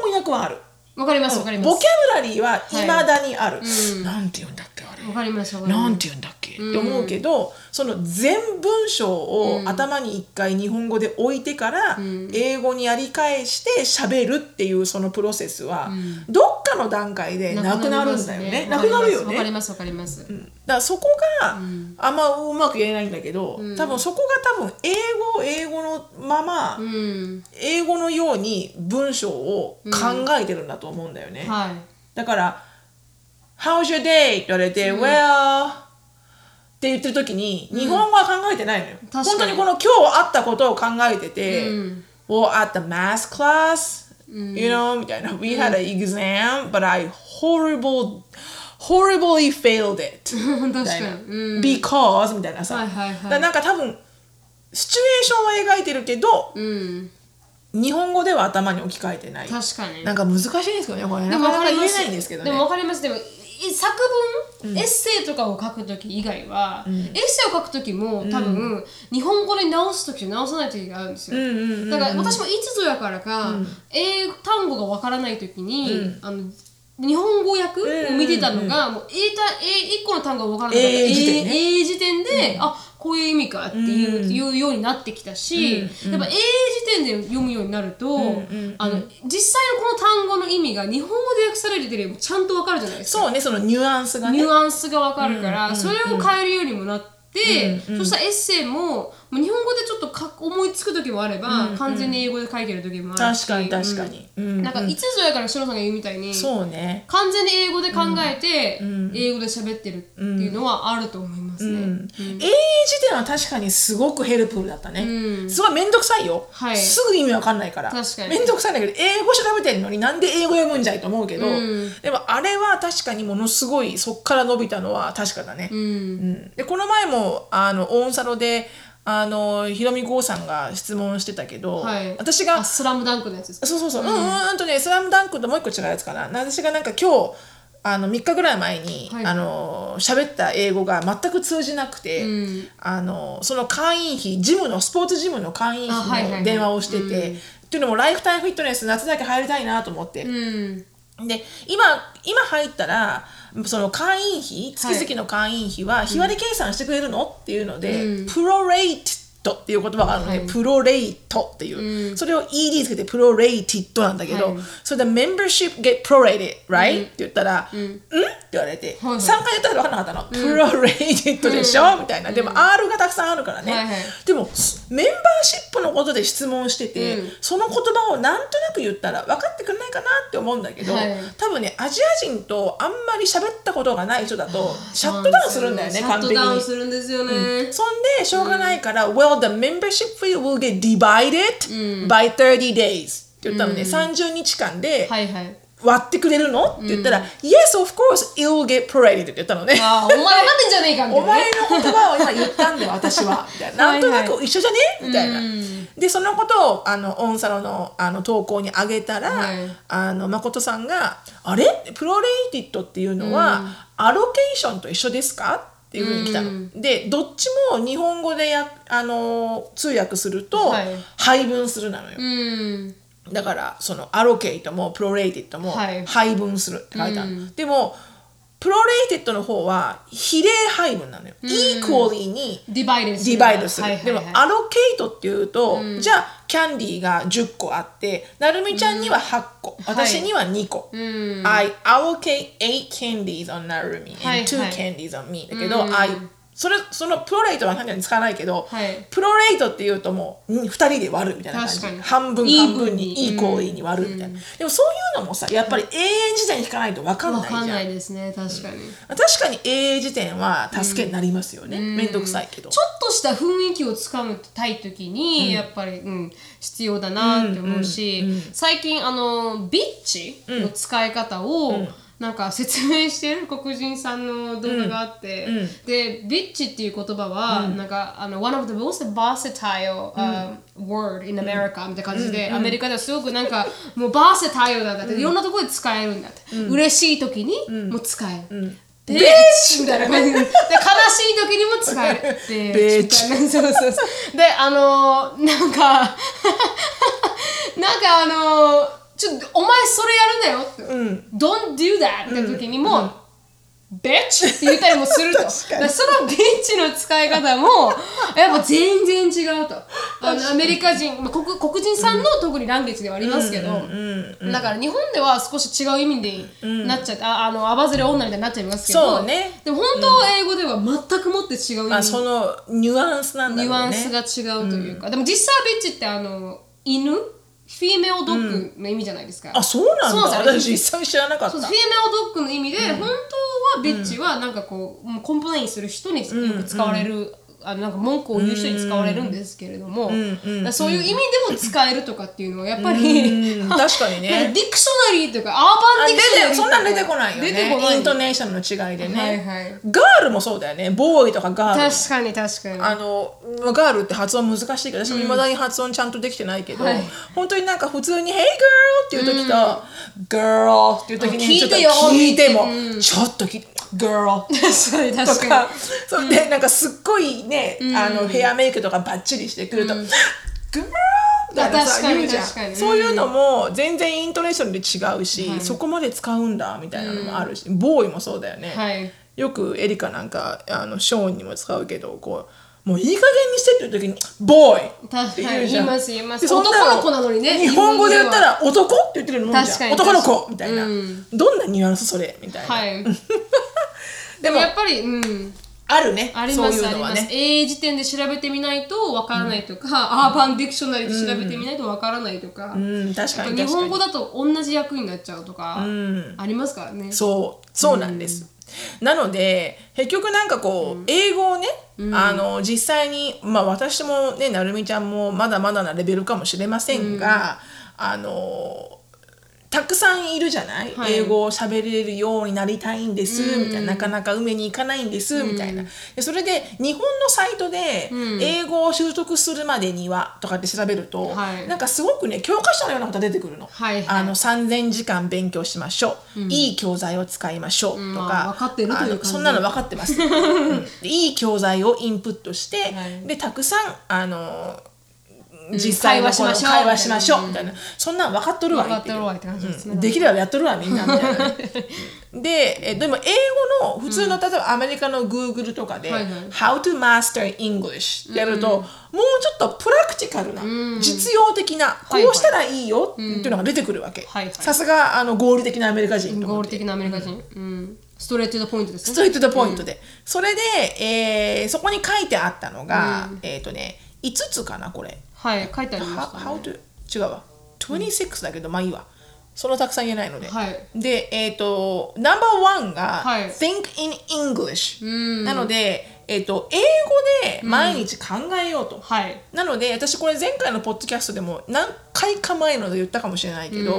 Speaker 2: 語の翻訳はある
Speaker 1: わかります
Speaker 2: ボ
Speaker 1: わ
Speaker 2: キ
Speaker 1: か
Speaker 2: ャ
Speaker 1: り
Speaker 2: ブ
Speaker 1: ます
Speaker 2: ラリーはいまだにある、なんて言うんだっけあれ
Speaker 1: わかりますわかり
Speaker 2: な
Speaker 1: ま
Speaker 2: んて言うんだっけ、って思うけどその全文章を頭に一回日本語で置いてから、英語にやり返して喋るっていうそのプロセスは、どっかの段階ですなくなるんだよねなく
Speaker 1: わ
Speaker 2: な
Speaker 1: か
Speaker 2: る
Speaker 1: りま
Speaker 2: よ
Speaker 1: すわかり
Speaker 2: ね
Speaker 1: ますわかります、
Speaker 2: だからそこがあんまうまく言えないんだけど、多分そこが多分英語を英語のまま、
Speaker 1: うん
Speaker 2: 英語のように文章を考えてるんだと思うんだよね。
Speaker 1: はい
Speaker 2: だから「How's your day?」って言われて「Well」って言ってる時に日本語は考えてないのよ。
Speaker 1: かに
Speaker 2: 本当にこの今日あったことを考えてて
Speaker 1: うん
Speaker 2: 「Well at the math class、you know」みたいな「We had an exam but I horrible horribly failed it」
Speaker 1: 確
Speaker 2: み
Speaker 1: か
Speaker 2: たい
Speaker 1: に
Speaker 2: な「
Speaker 1: うん
Speaker 2: because」みたいなさ、
Speaker 1: はいはいはい
Speaker 2: だからなんか多分シチュエーションは描いてるけど
Speaker 1: うん
Speaker 2: 日本語では頭に置き換えてない。
Speaker 1: 確かに
Speaker 2: なんか難しいですよね、これ。
Speaker 1: で
Speaker 2: な
Speaker 1: も
Speaker 2: か
Speaker 1: わか
Speaker 2: な
Speaker 1: り
Speaker 2: か言
Speaker 1: ま
Speaker 2: え
Speaker 1: す
Speaker 2: ないんですけどね。
Speaker 1: でもわかりますでもい作文、エッセイとかを書く時以外は、エッセイを書く時も多分、日本語で直す時と直さない時があるんですよ、だから私もいつぞやからか、英単語がわからない時に、あの日本語訳を見てたのが、もう英単英一個の単語が分からなかった
Speaker 2: 英辞典ね
Speaker 1: 英英辞典で、あこういう意味かっていう,、いうようになってきたし、やっぱ英辞典で読むようになると、あの実際のこの単語の意味が日本語で訳されてるよりもちゃんと分かるじゃないですか。
Speaker 2: そうね、そのニュアンスが
Speaker 1: ニ
Speaker 2: ね
Speaker 1: ュ。アンスがわかるから、それを変えるようにもなって、そしたらエッセイももう日本語でちょっとか思いつく時もあれば、完全に英語で書いてる時もあるし
Speaker 2: 確かに確かに。うん
Speaker 1: なんかいつぞやからしのさんが言うみたいに
Speaker 2: そうね。
Speaker 1: 完全に英語で考えて、英語で喋ってるっていうのはあると思いますね。
Speaker 2: うん英字典は確かにすごくヘルプフルだったね。すごいめんどくさいよ。
Speaker 1: はい
Speaker 2: すぐ意味わかんないから。
Speaker 1: 確かに
Speaker 2: めんどくさいんだけど、英語調べてるのになんで英語読むんじゃいと思うけど、
Speaker 1: うん
Speaker 2: でもあれは確かにものすごいそっから伸びたのは確かだね。
Speaker 1: うん
Speaker 2: うんでこの前もあのオンサロであのひろみこうさんが質問してたけど、
Speaker 1: はい、
Speaker 2: 私が
Speaker 1: あスラムダンクのやつですか
Speaker 2: そうそうそう、うん、うんうんとね「スラムダンクともう一個違うやつかな私がなんか今日あの3日ぐらい前に、
Speaker 1: はい
Speaker 2: あの喋った英語が全く通じなくて、
Speaker 1: ん
Speaker 2: あのその会員費ジムのスポーツジムの会員
Speaker 1: あはいは
Speaker 2: 費
Speaker 1: いは
Speaker 2: の
Speaker 1: い
Speaker 2: 電話をしてて、
Speaker 1: うん
Speaker 2: っていうのもライフタイムフィットネス夏だけ入りたいなと思って、
Speaker 1: うん
Speaker 2: で今今入ったらその会員費月々の会員費は日割り計算してくれるの、っていうので、
Speaker 1: うん
Speaker 2: プロレイトっていう言葉があるので、
Speaker 1: はい
Speaker 2: プロレイトっていう、それを ED つけてプロレイティッドなんだけど、
Speaker 1: はい
Speaker 2: それで membership get prorated right、って言ったら、うん、って言われて、
Speaker 1: はいはい
Speaker 2: 3回言ったら分からなかったの、プロレイティッドでしょ、みたいなでも R がたくさんあるからね、
Speaker 1: はいはい
Speaker 2: でもすメンバーシップのことで質問してて、
Speaker 1: うん
Speaker 2: その言葉をなんとなく言ったら分かってくれないかなって思うんだけど、
Speaker 1: はい
Speaker 2: 多分ねアジア人とあんまり喋ったことがない人だとシャットダウンするんだよね
Speaker 1: シャ
Speaker 2: 完
Speaker 1: ット
Speaker 2: 璧に。
Speaker 1: ダ
Speaker 2: そ
Speaker 1: ウン
Speaker 2: ん
Speaker 1: するんですよね。
Speaker 2: でしょうがないから、Well the membership fee will get divided by 30 days って言ったのね、30日間で
Speaker 1: はいはい。
Speaker 2: 割ってくれるのって言ったら、Yes of course it will get prorated って言ったのね。
Speaker 1: あーお前分かってんじゃねえかみた
Speaker 2: お
Speaker 1: いなね
Speaker 2: 前。の言葉を今言ったんだよ私はみたいな
Speaker 1: は
Speaker 2: ないん
Speaker 1: は
Speaker 2: と
Speaker 1: い
Speaker 2: なく一緒じゃねみたいな、でそのことをあのオンサロのあの投稿に上げたら、
Speaker 1: はい
Speaker 2: あの誠さんが「あれプロレイティッドっていうのは、アロケーションと一緒ですか?」っていうふうに来たの、でどっちも日本語でやあの通訳すると、
Speaker 1: はい
Speaker 2: 配分するなのよ、
Speaker 1: うん
Speaker 2: だからそのアロケイトもプロレイテッドも
Speaker 1: はい
Speaker 2: 配分するって書いてある、でもプロレイテッドの方は比例配分なのよ、イークオリーに
Speaker 1: ディバイドす
Speaker 2: デ
Speaker 1: る
Speaker 2: ィバイドする、
Speaker 1: はいはい
Speaker 2: で
Speaker 1: は
Speaker 2: も
Speaker 1: い
Speaker 2: アロケイトっていうと、じゃあキャンディーが10個あってなるみちゃんには8個、私には2個、I allocate 8 candies on なるみ and
Speaker 1: はいはい
Speaker 2: 2 candies on me だけど、I それそのプロレイトは何に使わないけど、
Speaker 1: はい
Speaker 2: プロレイトっていうともう2人で割るみたいな感
Speaker 1: 確か
Speaker 2: じ
Speaker 1: に
Speaker 2: 半分
Speaker 1: イー
Speaker 2: 半
Speaker 1: ブンに
Speaker 2: 分にいい行為に割るみたいな、でもそういうのもさやっぱり永遠時点に引かないと分かん
Speaker 1: わ
Speaker 2: ないじゃ
Speaker 1: か
Speaker 2: ん
Speaker 1: んないですね確かに、ちょ
Speaker 2: 確かに永遠時点は助けになりますよね、めんどくさいけど
Speaker 1: っとした雰囲気をつかみたい時に、やっぱり、うん、必要だなって思うし、最近あのビッチの使い方を、なんか説明してる黒人さんの動画があって、でビッチっていう言葉は、なんかあの one of the most versatile、uh, word in America みたいな感じで、アメリカではすごくなんかもうバーセタイルなんだって、いろんなところで使えるんだって、嬉しい時にも使える、ベーチみたいな感じでで悲しい時にも使える
Speaker 2: ベー
Speaker 1: みたいなそうそうそうであのーなんか なんかあのーちょっとお前それやるなよって、Don't do that って時にも、ベッチって言ったりもすると
Speaker 2: 確かに
Speaker 1: でそのベッチの使い方 もやっぱ全然違うとあのアメリカ人、まあ、黒黒人さんの特にランゲージではありますけど、だから日本では少し違う意味でなっちゃって、ああのアバズレ女みたいになっちゃいますけど
Speaker 2: そうね
Speaker 1: でも本当は英語では全くもって違う意
Speaker 2: まあ、
Speaker 1: 味、
Speaker 2: そのニュアンスなんだ
Speaker 1: ニ
Speaker 2: ろう
Speaker 1: ュ
Speaker 2: ね。
Speaker 1: アンスが違うというか、でも実際ベッチってあの犬フィメオドッグの意味じゃないですか、
Speaker 2: あ、そうなんだ。
Speaker 1: そうなんです
Speaker 2: 私実際知らなかった。
Speaker 1: そう
Speaker 2: う
Speaker 1: フィメオドッグの意味で、本当はベッチはなんかこう、もうコンプレインする人によく使われる、あのなんか文句を言う人に使われるんですけれども、だからそういう意味でも使えるとかっていうのはやっぱ り、
Speaker 2: ん確かに
Speaker 1: なん か
Speaker 2: ね。
Speaker 1: ディクショナリーとかアーバ
Speaker 2: あ
Speaker 1: ンディクショナ
Speaker 2: 出
Speaker 1: リー
Speaker 2: てそんなん出てこないよね
Speaker 1: 出てこない
Speaker 2: イントネーションの違いでね、
Speaker 1: はいはい
Speaker 2: ガールもそうだよねボーイとかガール
Speaker 1: 確かに確かに
Speaker 2: あのガールって発音難しいけど私もいまだに発音ちゃんとできてないけど、
Speaker 1: はい
Speaker 2: 本当になんか普通に「Hey girl」っていう時と「girl」っていう時
Speaker 1: あ聞い
Speaker 2: にちょっと
Speaker 1: てよ
Speaker 2: 聞いても
Speaker 1: う
Speaker 2: ちょっと聞いて「girl」
Speaker 1: 確かに
Speaker 2: と
Speaker 1: 確か
Speaker 2: か、それでなんかすっごいね、あのヘアメイクとかバッチリしてくると、グローみたいな
Speaker 1: あ確
Speaker 2: さ
Speaker 1: かに
Speaker 2: 言うじゃん
Speaker 1: 確かにうん
Speaker 2: そういうのも全然イントネーションで違うし、そこまで使うんだみたいなのもあるし、ボーイもそうだよね、
Speaker 1: はい
Speaker 2: よくエリカなんかあのショーンにも使うけどこうもういい加減にしてっていう時に「ボーイ!」って
Speaker 1: 確か
Speaker 2: 言う
Speaker 1: に
Speaker 2: じゃ
Speaker 1: 言
Speaker 2: ん
Speaker 1: います言います
Speaker 2: でそんな
Speaker 1: 男の子なのにね
Speaker 2: 日本語で言った
Speaker 1: 日
Speaker 2: ら「男?」って言ってるのもんじ
Speaker 1: 確
Speaker 2: ゃ
Speaker 1: か
Speaker 2: ん
Speaker 1: に
Speaker 2: 男の子みたいな、
Speaker 1: うん
Speaker 2: どんなニュアンスそれみたいな、
Speaker 1: はい
Speaker 2: でも
Speaker 1: やっぱりうん
Speaker 2: あるね
Speaker 1: あり
Speaker 2: そう
Speaker 1: ま
Speaker 2: い
Speaker 1: す
Speaker 2: う
Speaker 1: あり
Speaker 2: のは
Speaker 1: ます
Speaker 2: ね
Speaker 1: 英時典で調べてみないとわからないとか、アーバンディクショナリーで調べてみないとわからないとか、
Speaker 2: うん確かに確かに
Speaker 1: 日本語だと同じ役になっちゃうとか、ありますからね
Speaker 2: そうそうなんです、なので結局なんかこう、英語をね、あの実際にまあ私もねなるみちゃんもまだまだなレベルかもしれませんが、あのたくさんいるじゃない、
Speaker 1: はい
Speaker 2: 英語を喋れるようになりたいんです、みたいななかなか埋めに行かないんです、みたいなでそれで日本のサイトで英語を習得するまでにはとかって調べると、
Speaker 1: はい
Speaker 2: なんかすごくね教科書のようなことが出てくるの,、
Speaker 1: はいはい
Speaker 2: あの3000時間勉強しましょう、いい教材を使いましょうとか、
Speaker 1: まあ分かってるという
Speaker 2: あの
Speaker 1: 感じ
Speaker 2: そんなの分かっ てます、うんでいい教材をインプットして、
Speaker 1: はい
Speaker 2: でたくさんあの
Speaker 1: ん
Speaker 2: 実際のこの
Speaker 1: 会
Speaker 2: 会
Speaker 1: 話
Speaker 2: 話
Speaker 1: し
Speaker 2: し
Speaker 1: ま
Speaker 2: ま
Speaker 1: し
Speaker 2: し
Speaker 1: ょ
Speaker 2: ょ
Speaker 1: う
Speaker 2: うみたいな、そんなん分かっとるわ
Speaker 1: 分かっとるわいって感じですね
Speaker 2: うんできればやっとるわみん なみたいなうんでえでも英語の普通の、例えばアメリカの Google とかで「
Speaker 1: はいはい
Speaker 2: How to master English」ってやると、もうちょっとプラクティカルな、実用的な、
Speaker 1: はい
Speaker 2: こうしたらいいよっていうのが出てくるわけ
Speaker 1: はいはい
Speaker 2: さすがあの合理的なアメリカ人と思
Speaker 1: 合
Speaker 2: っ
Speaker 1: 理
Speaker 2: て
Speaker 1: 的なアメリカ人、うんストレートのポイントですね
Speaker 2: ストレートポイントで、それで、えーそこに書いてあったのが、えっ、とね5つかなこれ
Speaker 1: はい書いてありま
Speaker 2: How,
Speaker 1: した、ね、
Speaker 2: how to 違うわ26だけどまあいいわそのたくさん言えないので、
Speaker 1: はい
Speaker 2: でえっ、とナンバーワンが、
Speaker 1: はい
Speaker 2: Think in English、なので、えっと英語で毎日考えようと、
Speaker 1: はい
Speaker 2: なので私これ前回のポッドキャストでも何回か前ので言ったかもしれないけど、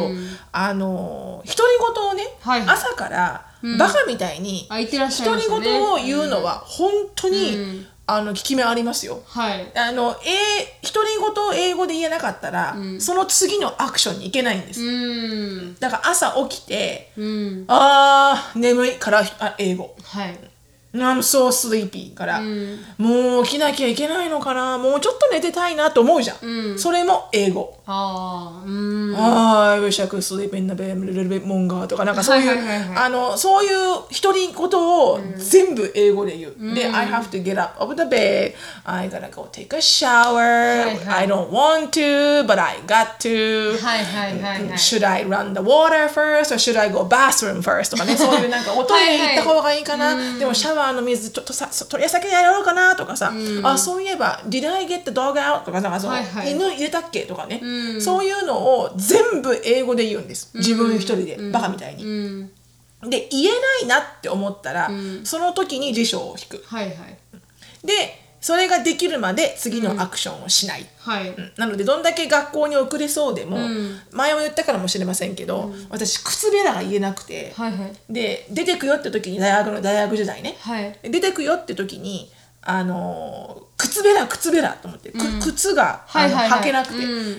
Speaker 2: あの独り言をね、
Speaker 1: はい
Speaker 2: 朝からバカみたいに
Speaker 1: あ言ってらっしゃい
Speaker 2: 独
Speaker 1: ま
Speaker 2: り
Speaker 1: したね
Speaker 2: 言を言うのは本当に、あの効き目ありますよ。
Speaker 1: はい
Speaker 2: あのえ独り言を英語で言えなかったら、その次のアクションに行けないんです。
Speaker 1: うん
Speaker 2: だから朝起きて、
Speaker 1: うん
Speaker 2: あー眠いからあ英語。
Speaker 1: はい
Speaker 2: I'm so sleepy から、もう起きなきゃいけないのかなもうちょっと寝てたいなと思うじゃん、それも英語、
Speaker 1: ああうん
Speaker 2: あー I wish I could sleep in the bed a little bit longer とかなんかそういう、
Speaker 1: はいはいはいはい
Speaker 2: あのそういう独り言を全部英語で言う、で I have to get up of the bed I gotta go take a shower、
Speaker 1: いはい
Speaker 2: I don't want to but I got to
Speaker 1: はいはいはいはい
Speaker 2: Should I run the water first or should I go bathroom first? と かね、そういうなんかおトイレ行った方がいいかな、でもシャワーの水ちょっとさ取り先でやろうかなとかさ、あ、そういえば、Did I get the dog out? とか、なんかその、
Speaker 1: はいはい
Speaker 2: 犬入れたっけとかね、そういうのを全部英語で言うんです。自分一人で、バカみたいに。
Speaker 1: うん
Speaker 2: で、言えないなって思ったら、その時に辞書を引く。
Speaker 1: はいはい
Speaker 2: で、それができるまで次のアクションをしない。
Speaker 1: はい、
Speaker 2: なのでどんだけ学校に遅れそうでも、前も言ったからもしれませんけど、私靴べらが言えなくて、
Speaker 1: はいはい
Speaker 2: で出てくよって時に大学の大学時代ね、
Speaker 1: はい
Speaker 2: 出てくよって時にあのー靴べら靴べらと思って、く靴が、
Speaker 1: はいはいはい
Speaker 2: あの履けなくて、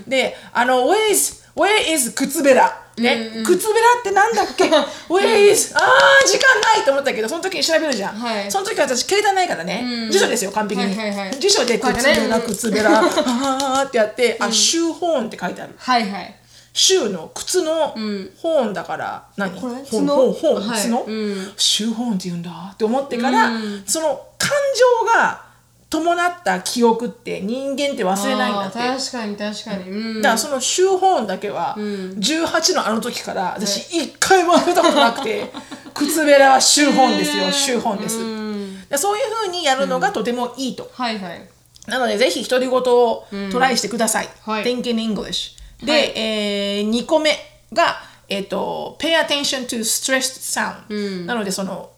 Speaker 1: う
Speaker 2: であの「Where is, where is 靴べら」ね、靴べらってなんだっ け Where is あー時間ないと思ったけどその時に調べるじゃん、
Speaker 1: はい
Speaker 2: その時私携帯ないからね、辞書ですよ完璧に、
Speaker 1: はいはいはい
Speaker 2: 辞書で
Speaker 1: こうやっ
Speaker 2: 靴
Speaker 1: てね
Speaker 2: べら
Speaker 1: うん
Speaker 2: 靴べらあーってやって「あシューホーン」って書いてある
Speaker 1: はいはい
Speaker 2: シューの靴のホーンだから、何
Speaker 1: これ
Speaker 2: ホーン
Speaker 1: 角
Speaker 2: ホーンホーン
Speaker 1: はい
Speaker 2: 角、
Speaker 1: うん
Speaker 2: シューホーンって言うんだって思ってから、その感情が伴った記憶って人間って忘れないんだって。
Speaker 1: あー確かに確かにうん
Speaker 2: だからそのシューホーンだけは、18のあの時から私一回も当てたことな くて靴べらはシューホーンですよ、
Speaker 1: へー
Speaker 2: シューホーンです、だからそういうふうにやるのがとてもいいと、
Speaker 1: はいはい
Speaker 2: なので、ぜひ独り言をトライしてください。
Speaker 1: はい
Speaker 2: Think in English。で、
Speaker 1: はい
Speaker 2: えー、2個目が、えっ、と、pay attention to stressed sound、なので、その、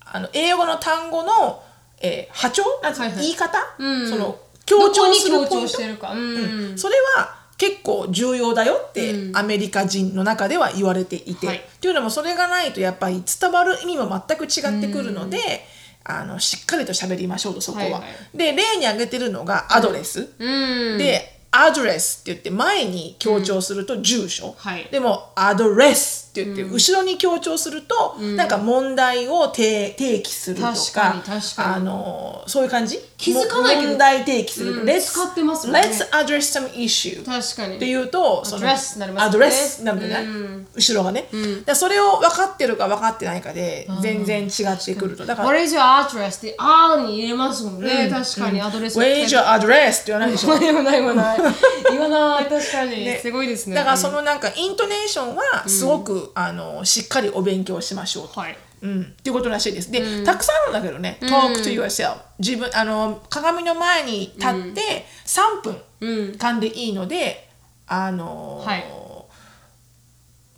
Speaker 2: あの英語の単語の、えー波長なんつうの
Speaker 1: はいはい
Speaker 2: 言い方、
Speaker 1: うん
Speaker 2: その、
Speaker 1: ど
Speaker 2: 強
Speaker 1: こ
Speaker 2: 調
Speaker 1: に
Speaker 2: する
Speaker 1: 強
Speaker 2: ポイ
Speaker 1: 調
Speaker 2: ン
Speaker 1: してるかうん、
Speaker 2: ト。それは結構重要だよって、アメリカ人の中では言われていて。
Speaker 1: はい
Speaker 2: というのも、それがないとやっぱり伝わる意味も全く違ってくるので、あのしっかりと喋りましょうとそこは、
Speaker 1: はいはい
Speaker 2: で例に挙げてるのがアドレス、
Speaker 1: うん
Speaker 2: で、アドレスって言って前に強調すると住所、
Speaker 1: はい
Speaker 2: でもアドレスって言って後ろに強調すると、なんか問題を提提起するとか
Speaker 1: 確かに確かに
Speaker 2: あのそういう感じ
Speaker 1: 気づかないけど
Speaker 2: も問題提起する、
Speaker 1: うん使ってますもんね
Speaker 2: Let's address some issue
Speaker 1: 確かに
Speaker 2: っていうとその
Speaker 1: address になりますよね
Speaker 2: アドレスなんでね、後ろがね、だからそれを分かってるか分かってないかで全然違ってくるとだから
Speaker 1: What is your address? って、あーに入れますもんね。確かに、アドレス
Speaker 2: Where's your address って言わないでし ょ
Speaker 1: 言わない、言わない。言わな い、確かに。
Speaker 2: ね
Speaker 1: すごいですね。
Speaker 2: だからそのなんかイントネーションはすごく、あのしっかりお勉強しましょうと。
Speaker 1: はい。
Speaker 2: うん、っていうことらしいです。で、たくさんあるんだけどね、talk to yourself 自分あの鏡の前に立って3分間でいいので、あのー
Speaker 1: はい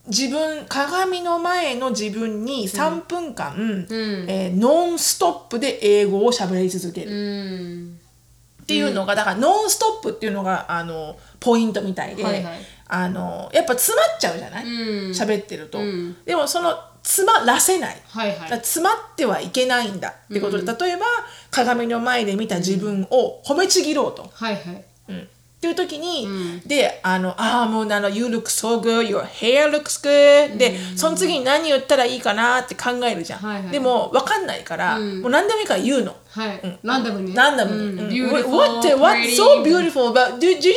Speaker 2: 自分鏡の前の自分に3分間、えーノンストップで英語を喋り続ける。
Speaker 1: うん。
Speaker 2: っていうのが、だからノンストップっていうのがあのポイントみたいで、
Speaker 1: はいはい
Speaker 2: あのやっぱ詰まっちゃうじゃない
Speaker 1: ん
Speaker 2: 喋、ってると、でもその詰まらせない、
Speaker 1: はいはい
Speaker 2: だから詰まってはいけないんだってことで、例えば鏡の前で見た自分を褒めちぎろうと、
Speaker 1: はいはい。
Speaker 2: うんっていう時に、であの「ああもうあの You look so good your hair looks good」で、その次に何言ったらいいかなって考えるじゃん、
Speaker 1: はいはい
Speaker 2: でも分かんないから、もう何でもいいから言うの。
Speaker 1: はい。ランダムに。
Speaker 2: ランダムに。
Speaker 1: うん
Speaker 2: うん
Speaker 1: Mm. Beautiful,
Speaker 2: what, what,
Speaker 1: pretty.
Speaker 2: what's so beautiful about? Did, did you use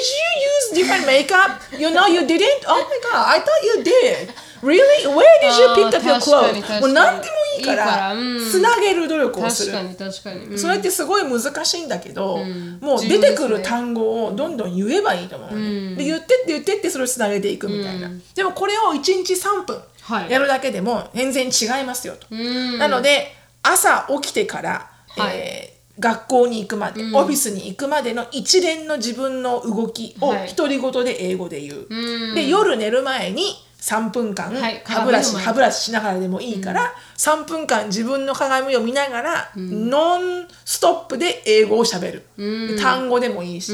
Speaker 2: different makeup? You know, you didn't? Oh my god, I thought you did. Really? Where did you pick up
Speaker 1: あ
Speaker 2: your
Speaker 1: ー確かに
Speaker 2: clothes?
Speaker 1: 確かに
Speaker 2: もう何でもいいか
Speaker 1: い Uh, いから
Speaker 2: ら
Speaker 1: うん、
Speaker 2: つなげる努力をす
Speaker 1: 確
Speaker 2: る
Speaker 1: か。に、確かに。うん
Speaker 2: それってすごい難しいんだけど、も
Speaker 1: 重
Speaker 2: う出
Speaker 1: 要
Speaker 2: て
Speaker 1: です
Speaker 2: く
Speaker 1: ね
Speaker 2: る単語をどんどん言えばいいと思うのね、で言ってって言ってってそれをつなげていくみたいな、でもこれを1日3
Speaker 1: は
Speaker 2: 分
Speaker 1: い
Speaker 2: やるだけでも全然違いますよと、なので朝起きてから、
Speaker 1: はい
Speaker 2: えー学校に行くまで、オフィスに行くまでの一連の自分の動きを
Speaker 1: はい
Speaker 2: 独り言で英語で言う、で夜寝る前に3分間
Speaker 1: はい
Speaker 2: 歯ブラシ
Speaker 1: 鏡の前
Speaker 2: 歯ブラシしながらでもいいから、3分間自分の鏡を見ながら、ノンストップで英語をしゃべる、で単語でもいいし、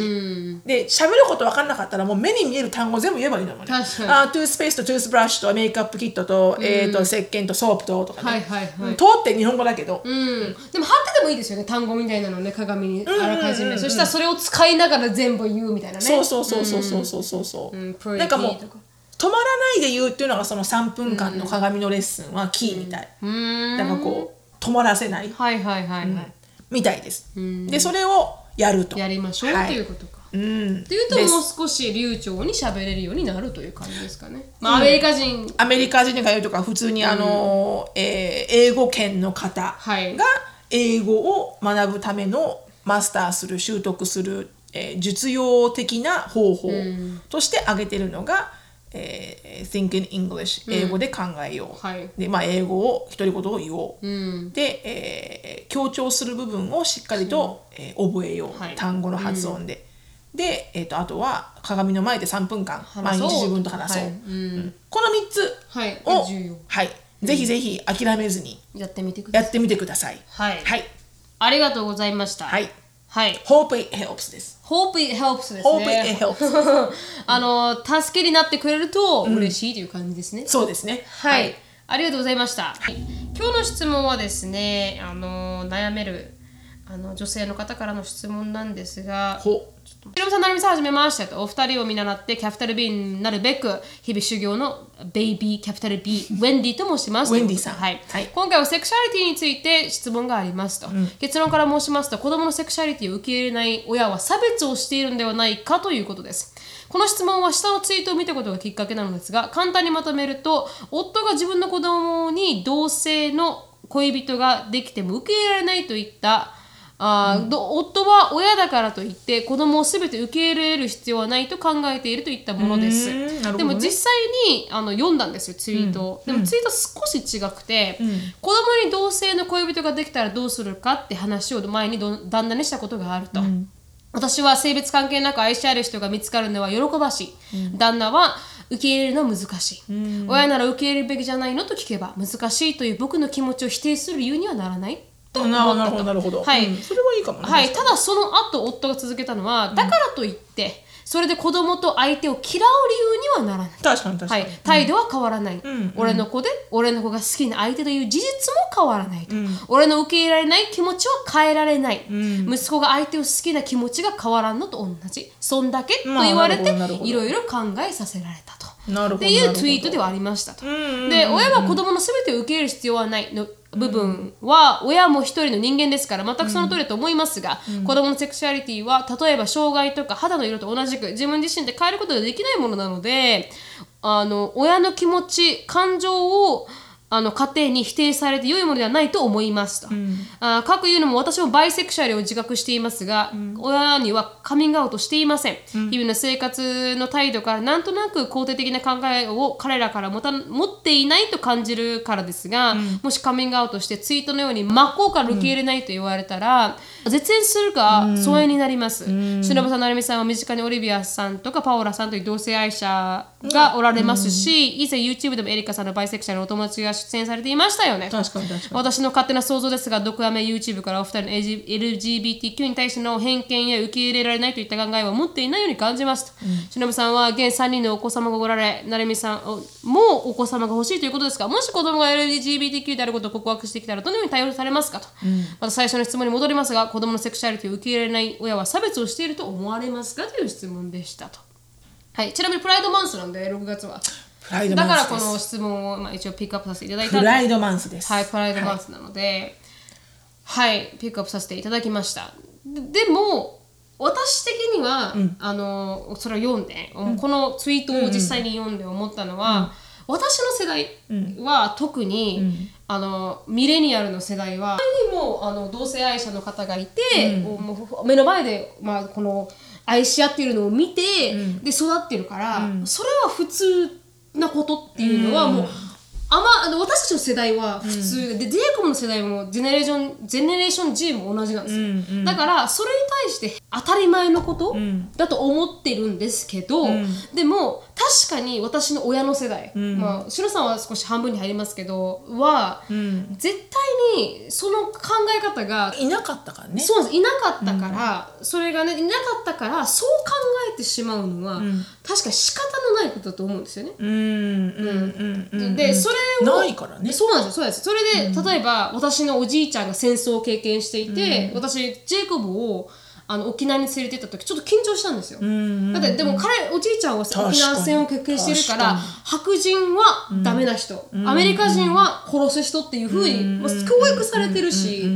Speaker 2: でしゃべること分かんなかったらもう目に見える単語全部言えばいいのもんね
Speaker 1: 確かに
Speaker 2: あトゥースペースとトゥースブラシとメイクアップキットと,、えー、と石鹸とソープととかね、
Speaker 1: はいはいはい
Speaker 2: うん通って日本語だけど、
Speaker 1: うんでも貼ってでもいいですよね単語みたいなのね鏡にあらかじめそしたらそれを使いながら全部言うみたいなね
Speaker 2: そうそうそうそうそうそうそうそう、
Speaker 1: うんプロ
Speaker 2: なんかもう
Speaker 1: リティとか
Speaker 2: 止まらないで言うっていうのがその3分間の鏡のレッスンはキーみたい、
Speaker 1: うん
Speaker 2: なんかこう止まらせない
Speaker 1: はいはいはいはい
Speaker 2: みたいです、でそれをやると
Speaker 1: やりましょう
Speaker 2: はい
Speaker 1: ということか
Speaker 2: うん
Speaker 1: っていうと
Speaker 2: です
Speaker 1: もう少し流暢に喋れるようになるという感じですかねまあアメリカ人
Speaker 2: アメリカ人が言うとか普通にあの、えー英語圏の方が
Speaker 1: はい
Speaker 2: 英語を学ぶためのマスターする習得する、えー術用的な方法として挙げてるのが、えー Think in English 英語で考えよう、
Speaker 1: はい
Speaker 2: でまあ、英語を独り言を言おう、
Speaker 1: うん
Speaker 2: で、えー強調する部分をしっかりと、えー覚えよう、
Speaker 1: はい
Speaker 2: 単語の発音で。で、えー、とあとは鏡の前で3分間毎
Speaker 1: 話
Speaker 2: 日
Speaker 1: そう
Speaker 2: 自分と話そう、
Speaker 1: はい
Speaker 2: うんこの3つ
Speaker 1: はい
Speaker 2: を、
Speaker 1: 重要
Speaker 2: はい、ぜひぜひ諦めずに
Speaker 1: やってみてくだ
Speaker 2: や
Speaker 1: さい
Speaker 2: ってみてください。
Speaker 1: はい
Speaker 2: はい。
Speaker 1: ありがとうございました
Speaker 2: はい
Speaker 1: はい、
Speaker 2: Hope it helps です。
Speaker 1: Hope it helps ですね
Speaker 2: Hope it helps.
Speaker 1: あの助けになってくれると嬉しいという感じですね、
Speaker 2: そうですね。
Speaker 1: はい、。ありがとうございました。今日の質問はですね、あの悩めるあの女性の方からの質問なんですが、
Speaker 2: ほ
Speaker 1: ひろみさん、なるみさん、はじめましてと、お二人を見習ってキャピタル B になるべく、日々修行のベイビーキャピタル B、ウェンディと申します。
Speaker 2: ウェンディさん
Speaker 1: はい。
Speaker 2: はい
Speaker 1: 今回はセクシャリティについて質問がありますと、結論から申しますと、子供のセクシャリティを受け入れない親は差別をしているのではないかということです。この質問は下のツイートを見たことがきっかけなのですが、簡単にまとめると、夫が自分の子供に同性の恋人ができても受け入れられないといったあーど夫は親だからといって子供を全て受け入れる必要はないと考えているといったものです。
Speaker 2: うーんなるほどね
Speaker 1: でも実際にあの読んだんですよツイートを、でもツイート少し違くて、子供に同性の恋人ができたらどうするかって話を前にど旦那にしたことがあると。私は性別関係なく愛し合える人が見つかるのは喜ばしい、旦那は受け入れるのは難しい、親なら受け入れるべきじゃないのと聞けば難しいという僕の気持ちを否定する理由にはならないと
Speaker 2: う。
Speaker 1: 思ったと
Speaker 2: なるほどなるほど。
Speaker 1: はい、
Speaker 2: うんそれはいいかもね。
Speaker 1: はい、ただその後夫が続けたのはだからといって、それで子供と相手を嫌う理由にはならない。
Speaker 2: 確かに確
Speaker 1: は
Speaker 2: かに。
Speaker 1: い、態度は変わらない、
Speaker 2: ん
Speaker 1: 俺の子で俺の子が好きな相手という事実も変わらないと、俺の受け入れられない気持ちは変えられない、息子が相手を好きな気持ちが変わらんのと同じそんだけと
Speaker 2: まあ
Speaker 1: 言われて、
Speaker 2: なるほどなるほど
Speaker 1: いろいろ考えさせられたと
Speaker 2: なるほど
Speaker 1: っていうツイートではありましたと、で親は子供の全てを受け入れる必要はないの部分は親も一人の人間ですから全くその通りだと思いますが、子供のセクシュアリティは例えば障害とか肌の色と同じく自分自身で変えることができないものなのであの親の気持ち感情をあの家庭に否定されて良いものではないと思いますと、あーかくいうのも私もバイセクシャルを自覚していますが、親にはカミングアウトしていません、日々の生活の態度からなんとなく肯定的な考えを彼らから持た持っていないと感じるからですが、もしカミングアウトしてツイートのように真っ向から受け入れないと言われたら、絶縁するか疎遠になります、忍さん成美さんは身近にオリビアさんとかパオラさんという同性愛者がおられますし、以前 YouTube でもエリカさんのバイセクシャルのお友達が出演されていましたよね
Speaker 2: 確かに確か に。
Speaker 1: 私の勝手な想像ですが、毒アメ YouTube からお二人の LGBTQ に対しての偏見や受け入れられないといった考えは持っていないように感じますと。しのぶさんは現3人のお子様がおられ、なるみさんもお子様が欲しいということですが、もし子供が LGBTQ であることを告白してきたら、どのように対応されますかと。また最初の質問に戻りますが、子供のセクシャリティを受け入れない親は差別をしていると思われますかという質問でしたと。はい、ちなみにプライドマンスなんで、6月は。
Speaker 2: プライド
Speaker 1: だか
Speaker 2: マン
Speaker 1: ら
Speaker 2: ス
Speaker 1: こ
Speaker 2: で
Speaker 1: の
Speaker 2: す。
Speaker 1: 質問を、まあ、一応ピックアップさせていただいたん
Speaker 2: プ
Speaker 1: で
Speaker 2: ライドマンスです。
Speaker 1: はい、プライドマンスなので、はい、ピックアップさせていただきました。ででも、私的には、あのそれを読んで、このツイートを実際に読んで思ったのは、私の世代は特に、あのミレニアルの世代は、他にもあの同性愛者の方がいて、もう目の前で、まあ、この愛し合ってるのを見て、で育ってるから、それは普通なことっていうのはもう、あまあの私たちの世代は普通で、でジェイコムの世代もジェネレーションジェネレーション G も同じなんですよ、
Speaker 2: うんうん
Speaker 1: だからそれに対して当たり前のこと
Speaker 2: ん
Speaker 1: だと思ってるんですけど、
Speaker 2: ん
Speaker 1: でも確かに私の親の世代、
Speaker 2: ん
Speaker 1: まあシロさんは少し半分に入りますけどは、
Speaker 2: うん。
Speaker 1: 絶対にその考え方が
Speaker 2: いなかったからね。
Speaker 1: そうなんですいなかったから、それがねいなかったからそう考えてしまうのは、
Speaker 2: ん
Speaker 1: 確かに仕方のないことだと思うんですよね。
Speaker 2: うんうんうんうん。
Speaker 1: でそれを
Speaker 2: ないからね。
Speaker 1: そうなんですよそうなんですそれで、例えば私のおじいちゃんが戦争を経験していて、私ジェイコブをあの沖縄に連れて行った時ちょっと緊張したんですよ、
Speaker 2: うん
Speaker 1: だってでも彼おじいちゃんは
Speaker 2: かに
Speaker 1: 沖縄戦を経験してるから
Speaker 2: 確
Speaker 1: 白人はダメな人、アメリカ人は殺す人っていうふうに、もう教育されてるし、
Speaker 2: うんう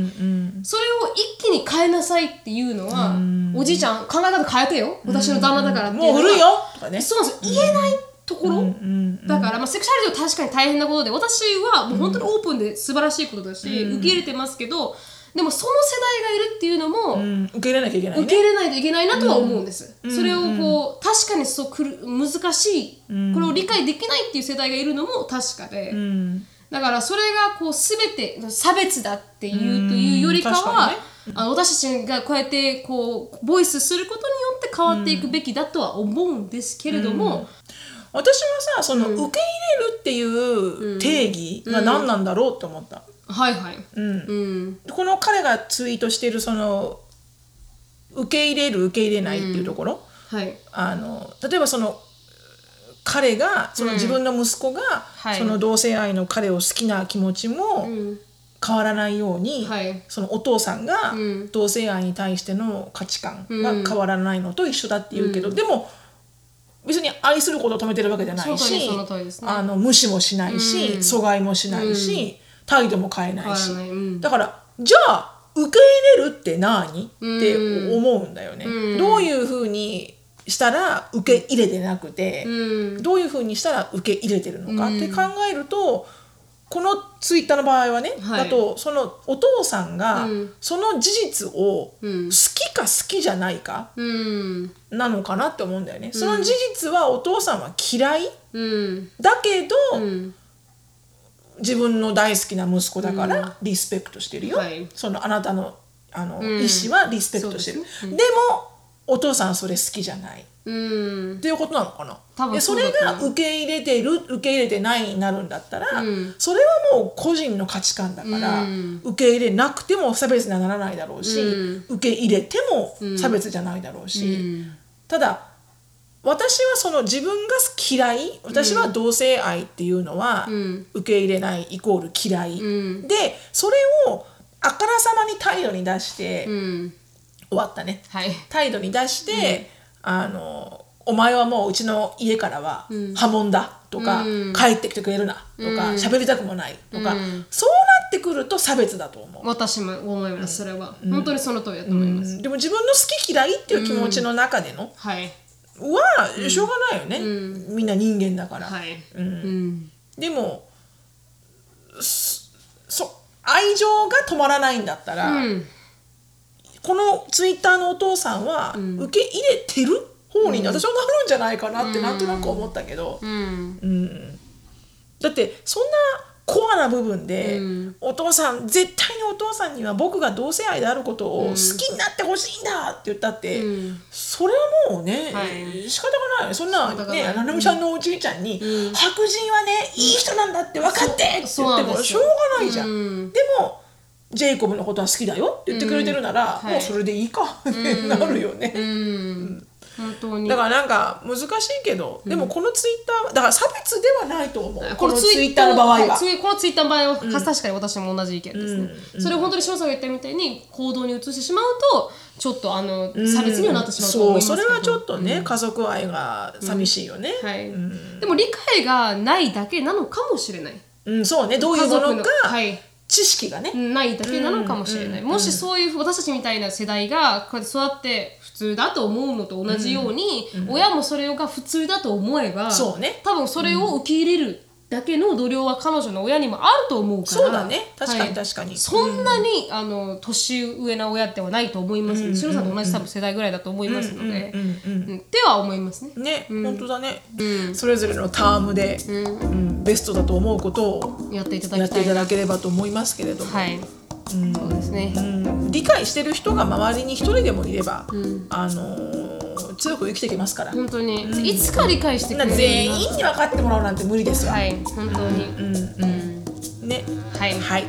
Speaker 2: ん
Speaker 1: それを一気に変えなさいっていうのは、おじいちゃん考え方変えてよ私の旦那だからっていう
Speaker 2: も
Speaker 1: の
Speaker 2: う
Speaker 1: は
Speaker 2: 古いよとかね。
Speaker 1: そうなんですよ言えないところ、
Speaker 2: うん
Speaker 1: だから、まあ、セクシャリティは確かに大変なことで私はもう本当にオープンで素晴らしいことだし、受け入れてますけどでもその世代がいるっていうのも、
Speaker 2: うん。受け入れなきゃいけない
Speaker 1: 受け
Speaker 2: ね。
Speaker 1: 入れないといけないなとは思うんです、それをこう確かにそうくる難しい、これを理解できないっていう世代がいるのも確かで、
Speaker 2: うん。
Speaker 1: だからそれがこう全て差別だっていうというよりかは
Speaker 2: 確かにね
Speaker 1: あの私たちがこうやってこうボイスすることによって変わっていくべきだとは思うんですけれども、
Speaker 2: 私もさ、その受け入れるっていう定義が何なんだろうと思った。
Speaker 1: はいはい。
Speaker 2: うん。
Speaker 1: うん
Speaker 2: この彼がツイートしてるその受け入れる受け入れないっていうところ、
Speaker 1: はい
Speaker 2: あの例えばその彼がその自分の息子が、
Speaker 1: い
Speaker 2: その同性愛の彼を好きな気持ちも
Speaker 1: ん
Speaker 2: 変わらないように、
Speaker 1: はい
Speaker 2: そのお父さんが
Speaker 1: ん
Speaker 2: 同性愛に対しての価値観が変わらないのと一緒だって言うけど、でも別に愛することを止めてるわけじゃないし
Speaker 1: その通りですその通りですね
Speaker 2: あの無視もしないし、阻害もしないし、態度も変えないし、
Speaker 1: 変わらないうん
Speaker 2: だからじゃあ受け入れるって何って思うんだよね、どういうふうにしたら受け入れてなくて、
Speaker 1: うん
Speaker 2: どういうふうにしたら受け入れてるのかって考えると、このツイッターの場合はね、
Speaker 1: はい
Speaker 2: だとそのお父さんが
Speaker 1: うん
Speaker 2: その事実を好
Speaker 1: うん
Speaker 2: きか好きじゃないか
Speaker 1: うん
Speaker 2: なのかなって思うんだよね。その事実はお父さんは嫌い
Speaker 1: うん
Speaker 2: だけど、
Speaker 1: うん
Speaker 2: 自分の大好きな息子だからリスペクトしてるよ、
Speaker 1: はい
Speaker 2: そのあなたのあの、意思はリスペクトしてる
Speaker 1: そう
Speaker 2: で,、
Speaker 1: です
Speaker 2: もお父さんはそれ好きじゃないっ
Speaker 1: うん
Speaker 2: ていうことなのかな
Speaker 1: 多分
Speaker 2: でそ
Speaker 1: そう
Speaker 2: れ
Speaker 1: だと思う
Speaker 2: が受け入れてる受け入れてないになるんだったら、
Speaker 1: ん
Speaker 2: それはもう個人の価値観だから、
Speaker 1: うん
Speaker 2: 受け入れなくても差別にはならないだろうし、
Speaker 1: う
Speaker 2: 受け入れても差別じゃないだろうし、
Speaker 1: うん
Speaker 2: ただ私はその自分が嫌い私は同性愛っていうのは
Speaker 1: ん
Speaker 2: 受け入れないイコール嫌い、
Speaker 1: ん
Speaker 2: でそれをあからさまに態度に出して、
Speaker 1: うん
Speaker 2: 終わったね
Speaker 1: はい
Speaker 2: 態度に出して、あのお前はもううちの家からは破門だとか、
Speaker 1: うん
Speaker 2: 帰ってきてくれるなとか喋、りたくもないとか、
Speaker 1: うん
Speaker 2: そうなってくると差別だと思う。
Speaker 1: 私も思いますそれは、本当にその通りだと思います、
Speaker 2: でも自分の好き嫌いっていう気持ちの中での
Speaker 1: はい
Speaker 2: はしょうがないよね、みんな人間だから、
Speaker 1: はいうん
Speaker 2: でもすそ愛情が止まらないんだったら、
Speaker 1: うん
Speaker 2: このツイッターのお父さんは受け入れてる方に私はなるんじゃないかなってなんとなく思ったけど、
Speaker 1: うん
Speaker 2: だってそんなコアな部分で、お父さん絶対にお父さんには僕が同性愛であることを好きになってほしいんだって言ったって、
Speaker 1: うん
Speaker 2: それはもうね、
Speaker 1: はい
Speaker 2: 仕方がないそんな
Speaker 1: 仕方がない
Speaker 2: ねななみちゃんのおじいちゃんに、白人はねいい人なんだって分かってって
Speaker 1: そうそうな
Speaker 2: 言って
Speaker 1: ん
Speaker 2: も
Speaker 1: です
Speaker 2: し
Speaker 1: よ
Speaker 2: ょうがないじゃん。
Speaker 1: うん
Speaker 2: でもジェイコブのことは好きだよって言ってくれてるなら、
Speaker 1: うんはい
Speaker 2: もうそれでいいかってなるよね。
Speaker 1: うん本当に
Speaker 2: だからなんか難しいけど、でもこのツイッターはだから差別ではないと思うこのツイッターの場合は
Speaker 1: ツイこのツイッターの場合は、確かに私も同じ意見ですね、それを本当に志麻さんが言ったみたいに行動に移してしまうとちょっとあの差別にはなってしまうと思い
Speaker 2: そう
Speaker 1: ますけど
Speaker 2: それはちょっとね、家族愛が寂しいよね、
Speaker 1: はいでも理解がないだけなのかもしれない
Speaker 2: うん、そうねどういうもの
Speaker 1: 家
Speaker 2: か
Speaker 1: 族のはい
Speaker 2: 知識がね、
Speaker 1: ないだけなのかもしれない、もしそういう私たちみたいな世代がこうやって育って普通だと思うのと同じように、親もそれが普通だと思えば
Speaker 2: そうね
Speaker 1: 多分それを受け入れるだけの度量は彼女の親にもあると思うから
Speaker 2: そうだね確か
Speaker 1: は
Speaker 2: に
Speaker 1: い
Speaker 2: 確かに、
Speaker 1: そんなに、あの年上な親ではないと思いますので、シロさんと同じ多分世代ぐらいだと思いますので、
Speaker 2: うんうんうん
Speaker 1: うんでは思いますね。
Speaker 2: ね、本当だね、それぞれのタームで、うんベストだと思うことを
Speaker 1: やっていただ
Speaker 2: や
Speaker 1: き
Speaker 2: っ
Speaker 1: た
Speaker 2: てい
Speaker 1: い
Speaker 2: た
Speaker 1: な。
Speaker 2: だければと思いますけれども、
Speaker 1: はい、そうですね。
Speaker 2: うん理解してる人が周りに一人でもいれば、あのー強く生きていけますから、
Speaker 1: 本当に、いつか理解して
Speaker 2: そ
Speaker 1: く
Speaker 2: んな
Speaker 1: れる
Speaker 2: 全員に分かってもらうなんて無理ですわ、
Speaker 1: はい、本当に。
Speaker 2: ね
Speaker 1: はい、
Speaker 2: はい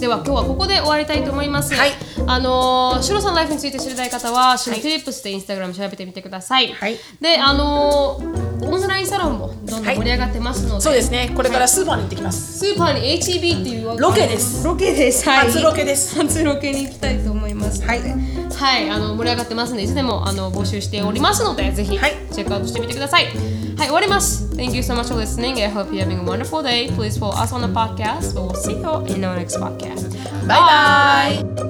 Speaker 1: では今日はここで終わりたいと思います。
Speaker 2: はい
Speaker 1: あのー、シロさんのライフについて知りたい方は、シロフィリップスでインスタグラム調べてみてください。
Speaker 2: はい
Speaker 1: で、あのー、オンラインサロンもどんどん盛り上がってますので、
Speaker 2: そうですねこれからスーパーに行ってきます、
Speaker 1: スーパーに HEB っていう
Speaker 2: ロケです
Speaker 1: ロケです、はい、
Speaker 2: 初ロケです
Speaker 1: 初ロケに行きたいと思います
Speaker 2: はい
Speaker 1: はいあの盛り上がってますのでいつでもあの募集しておりますのでぜひ
Speaker 2: はい
Speaker 1: チェックアウトしてみてくださいはい終わります Thank you so much for listening I hope you're having a wonderful day Please follow us on the podcast We'll see you in our next podcast
Speaker 2: バイバイ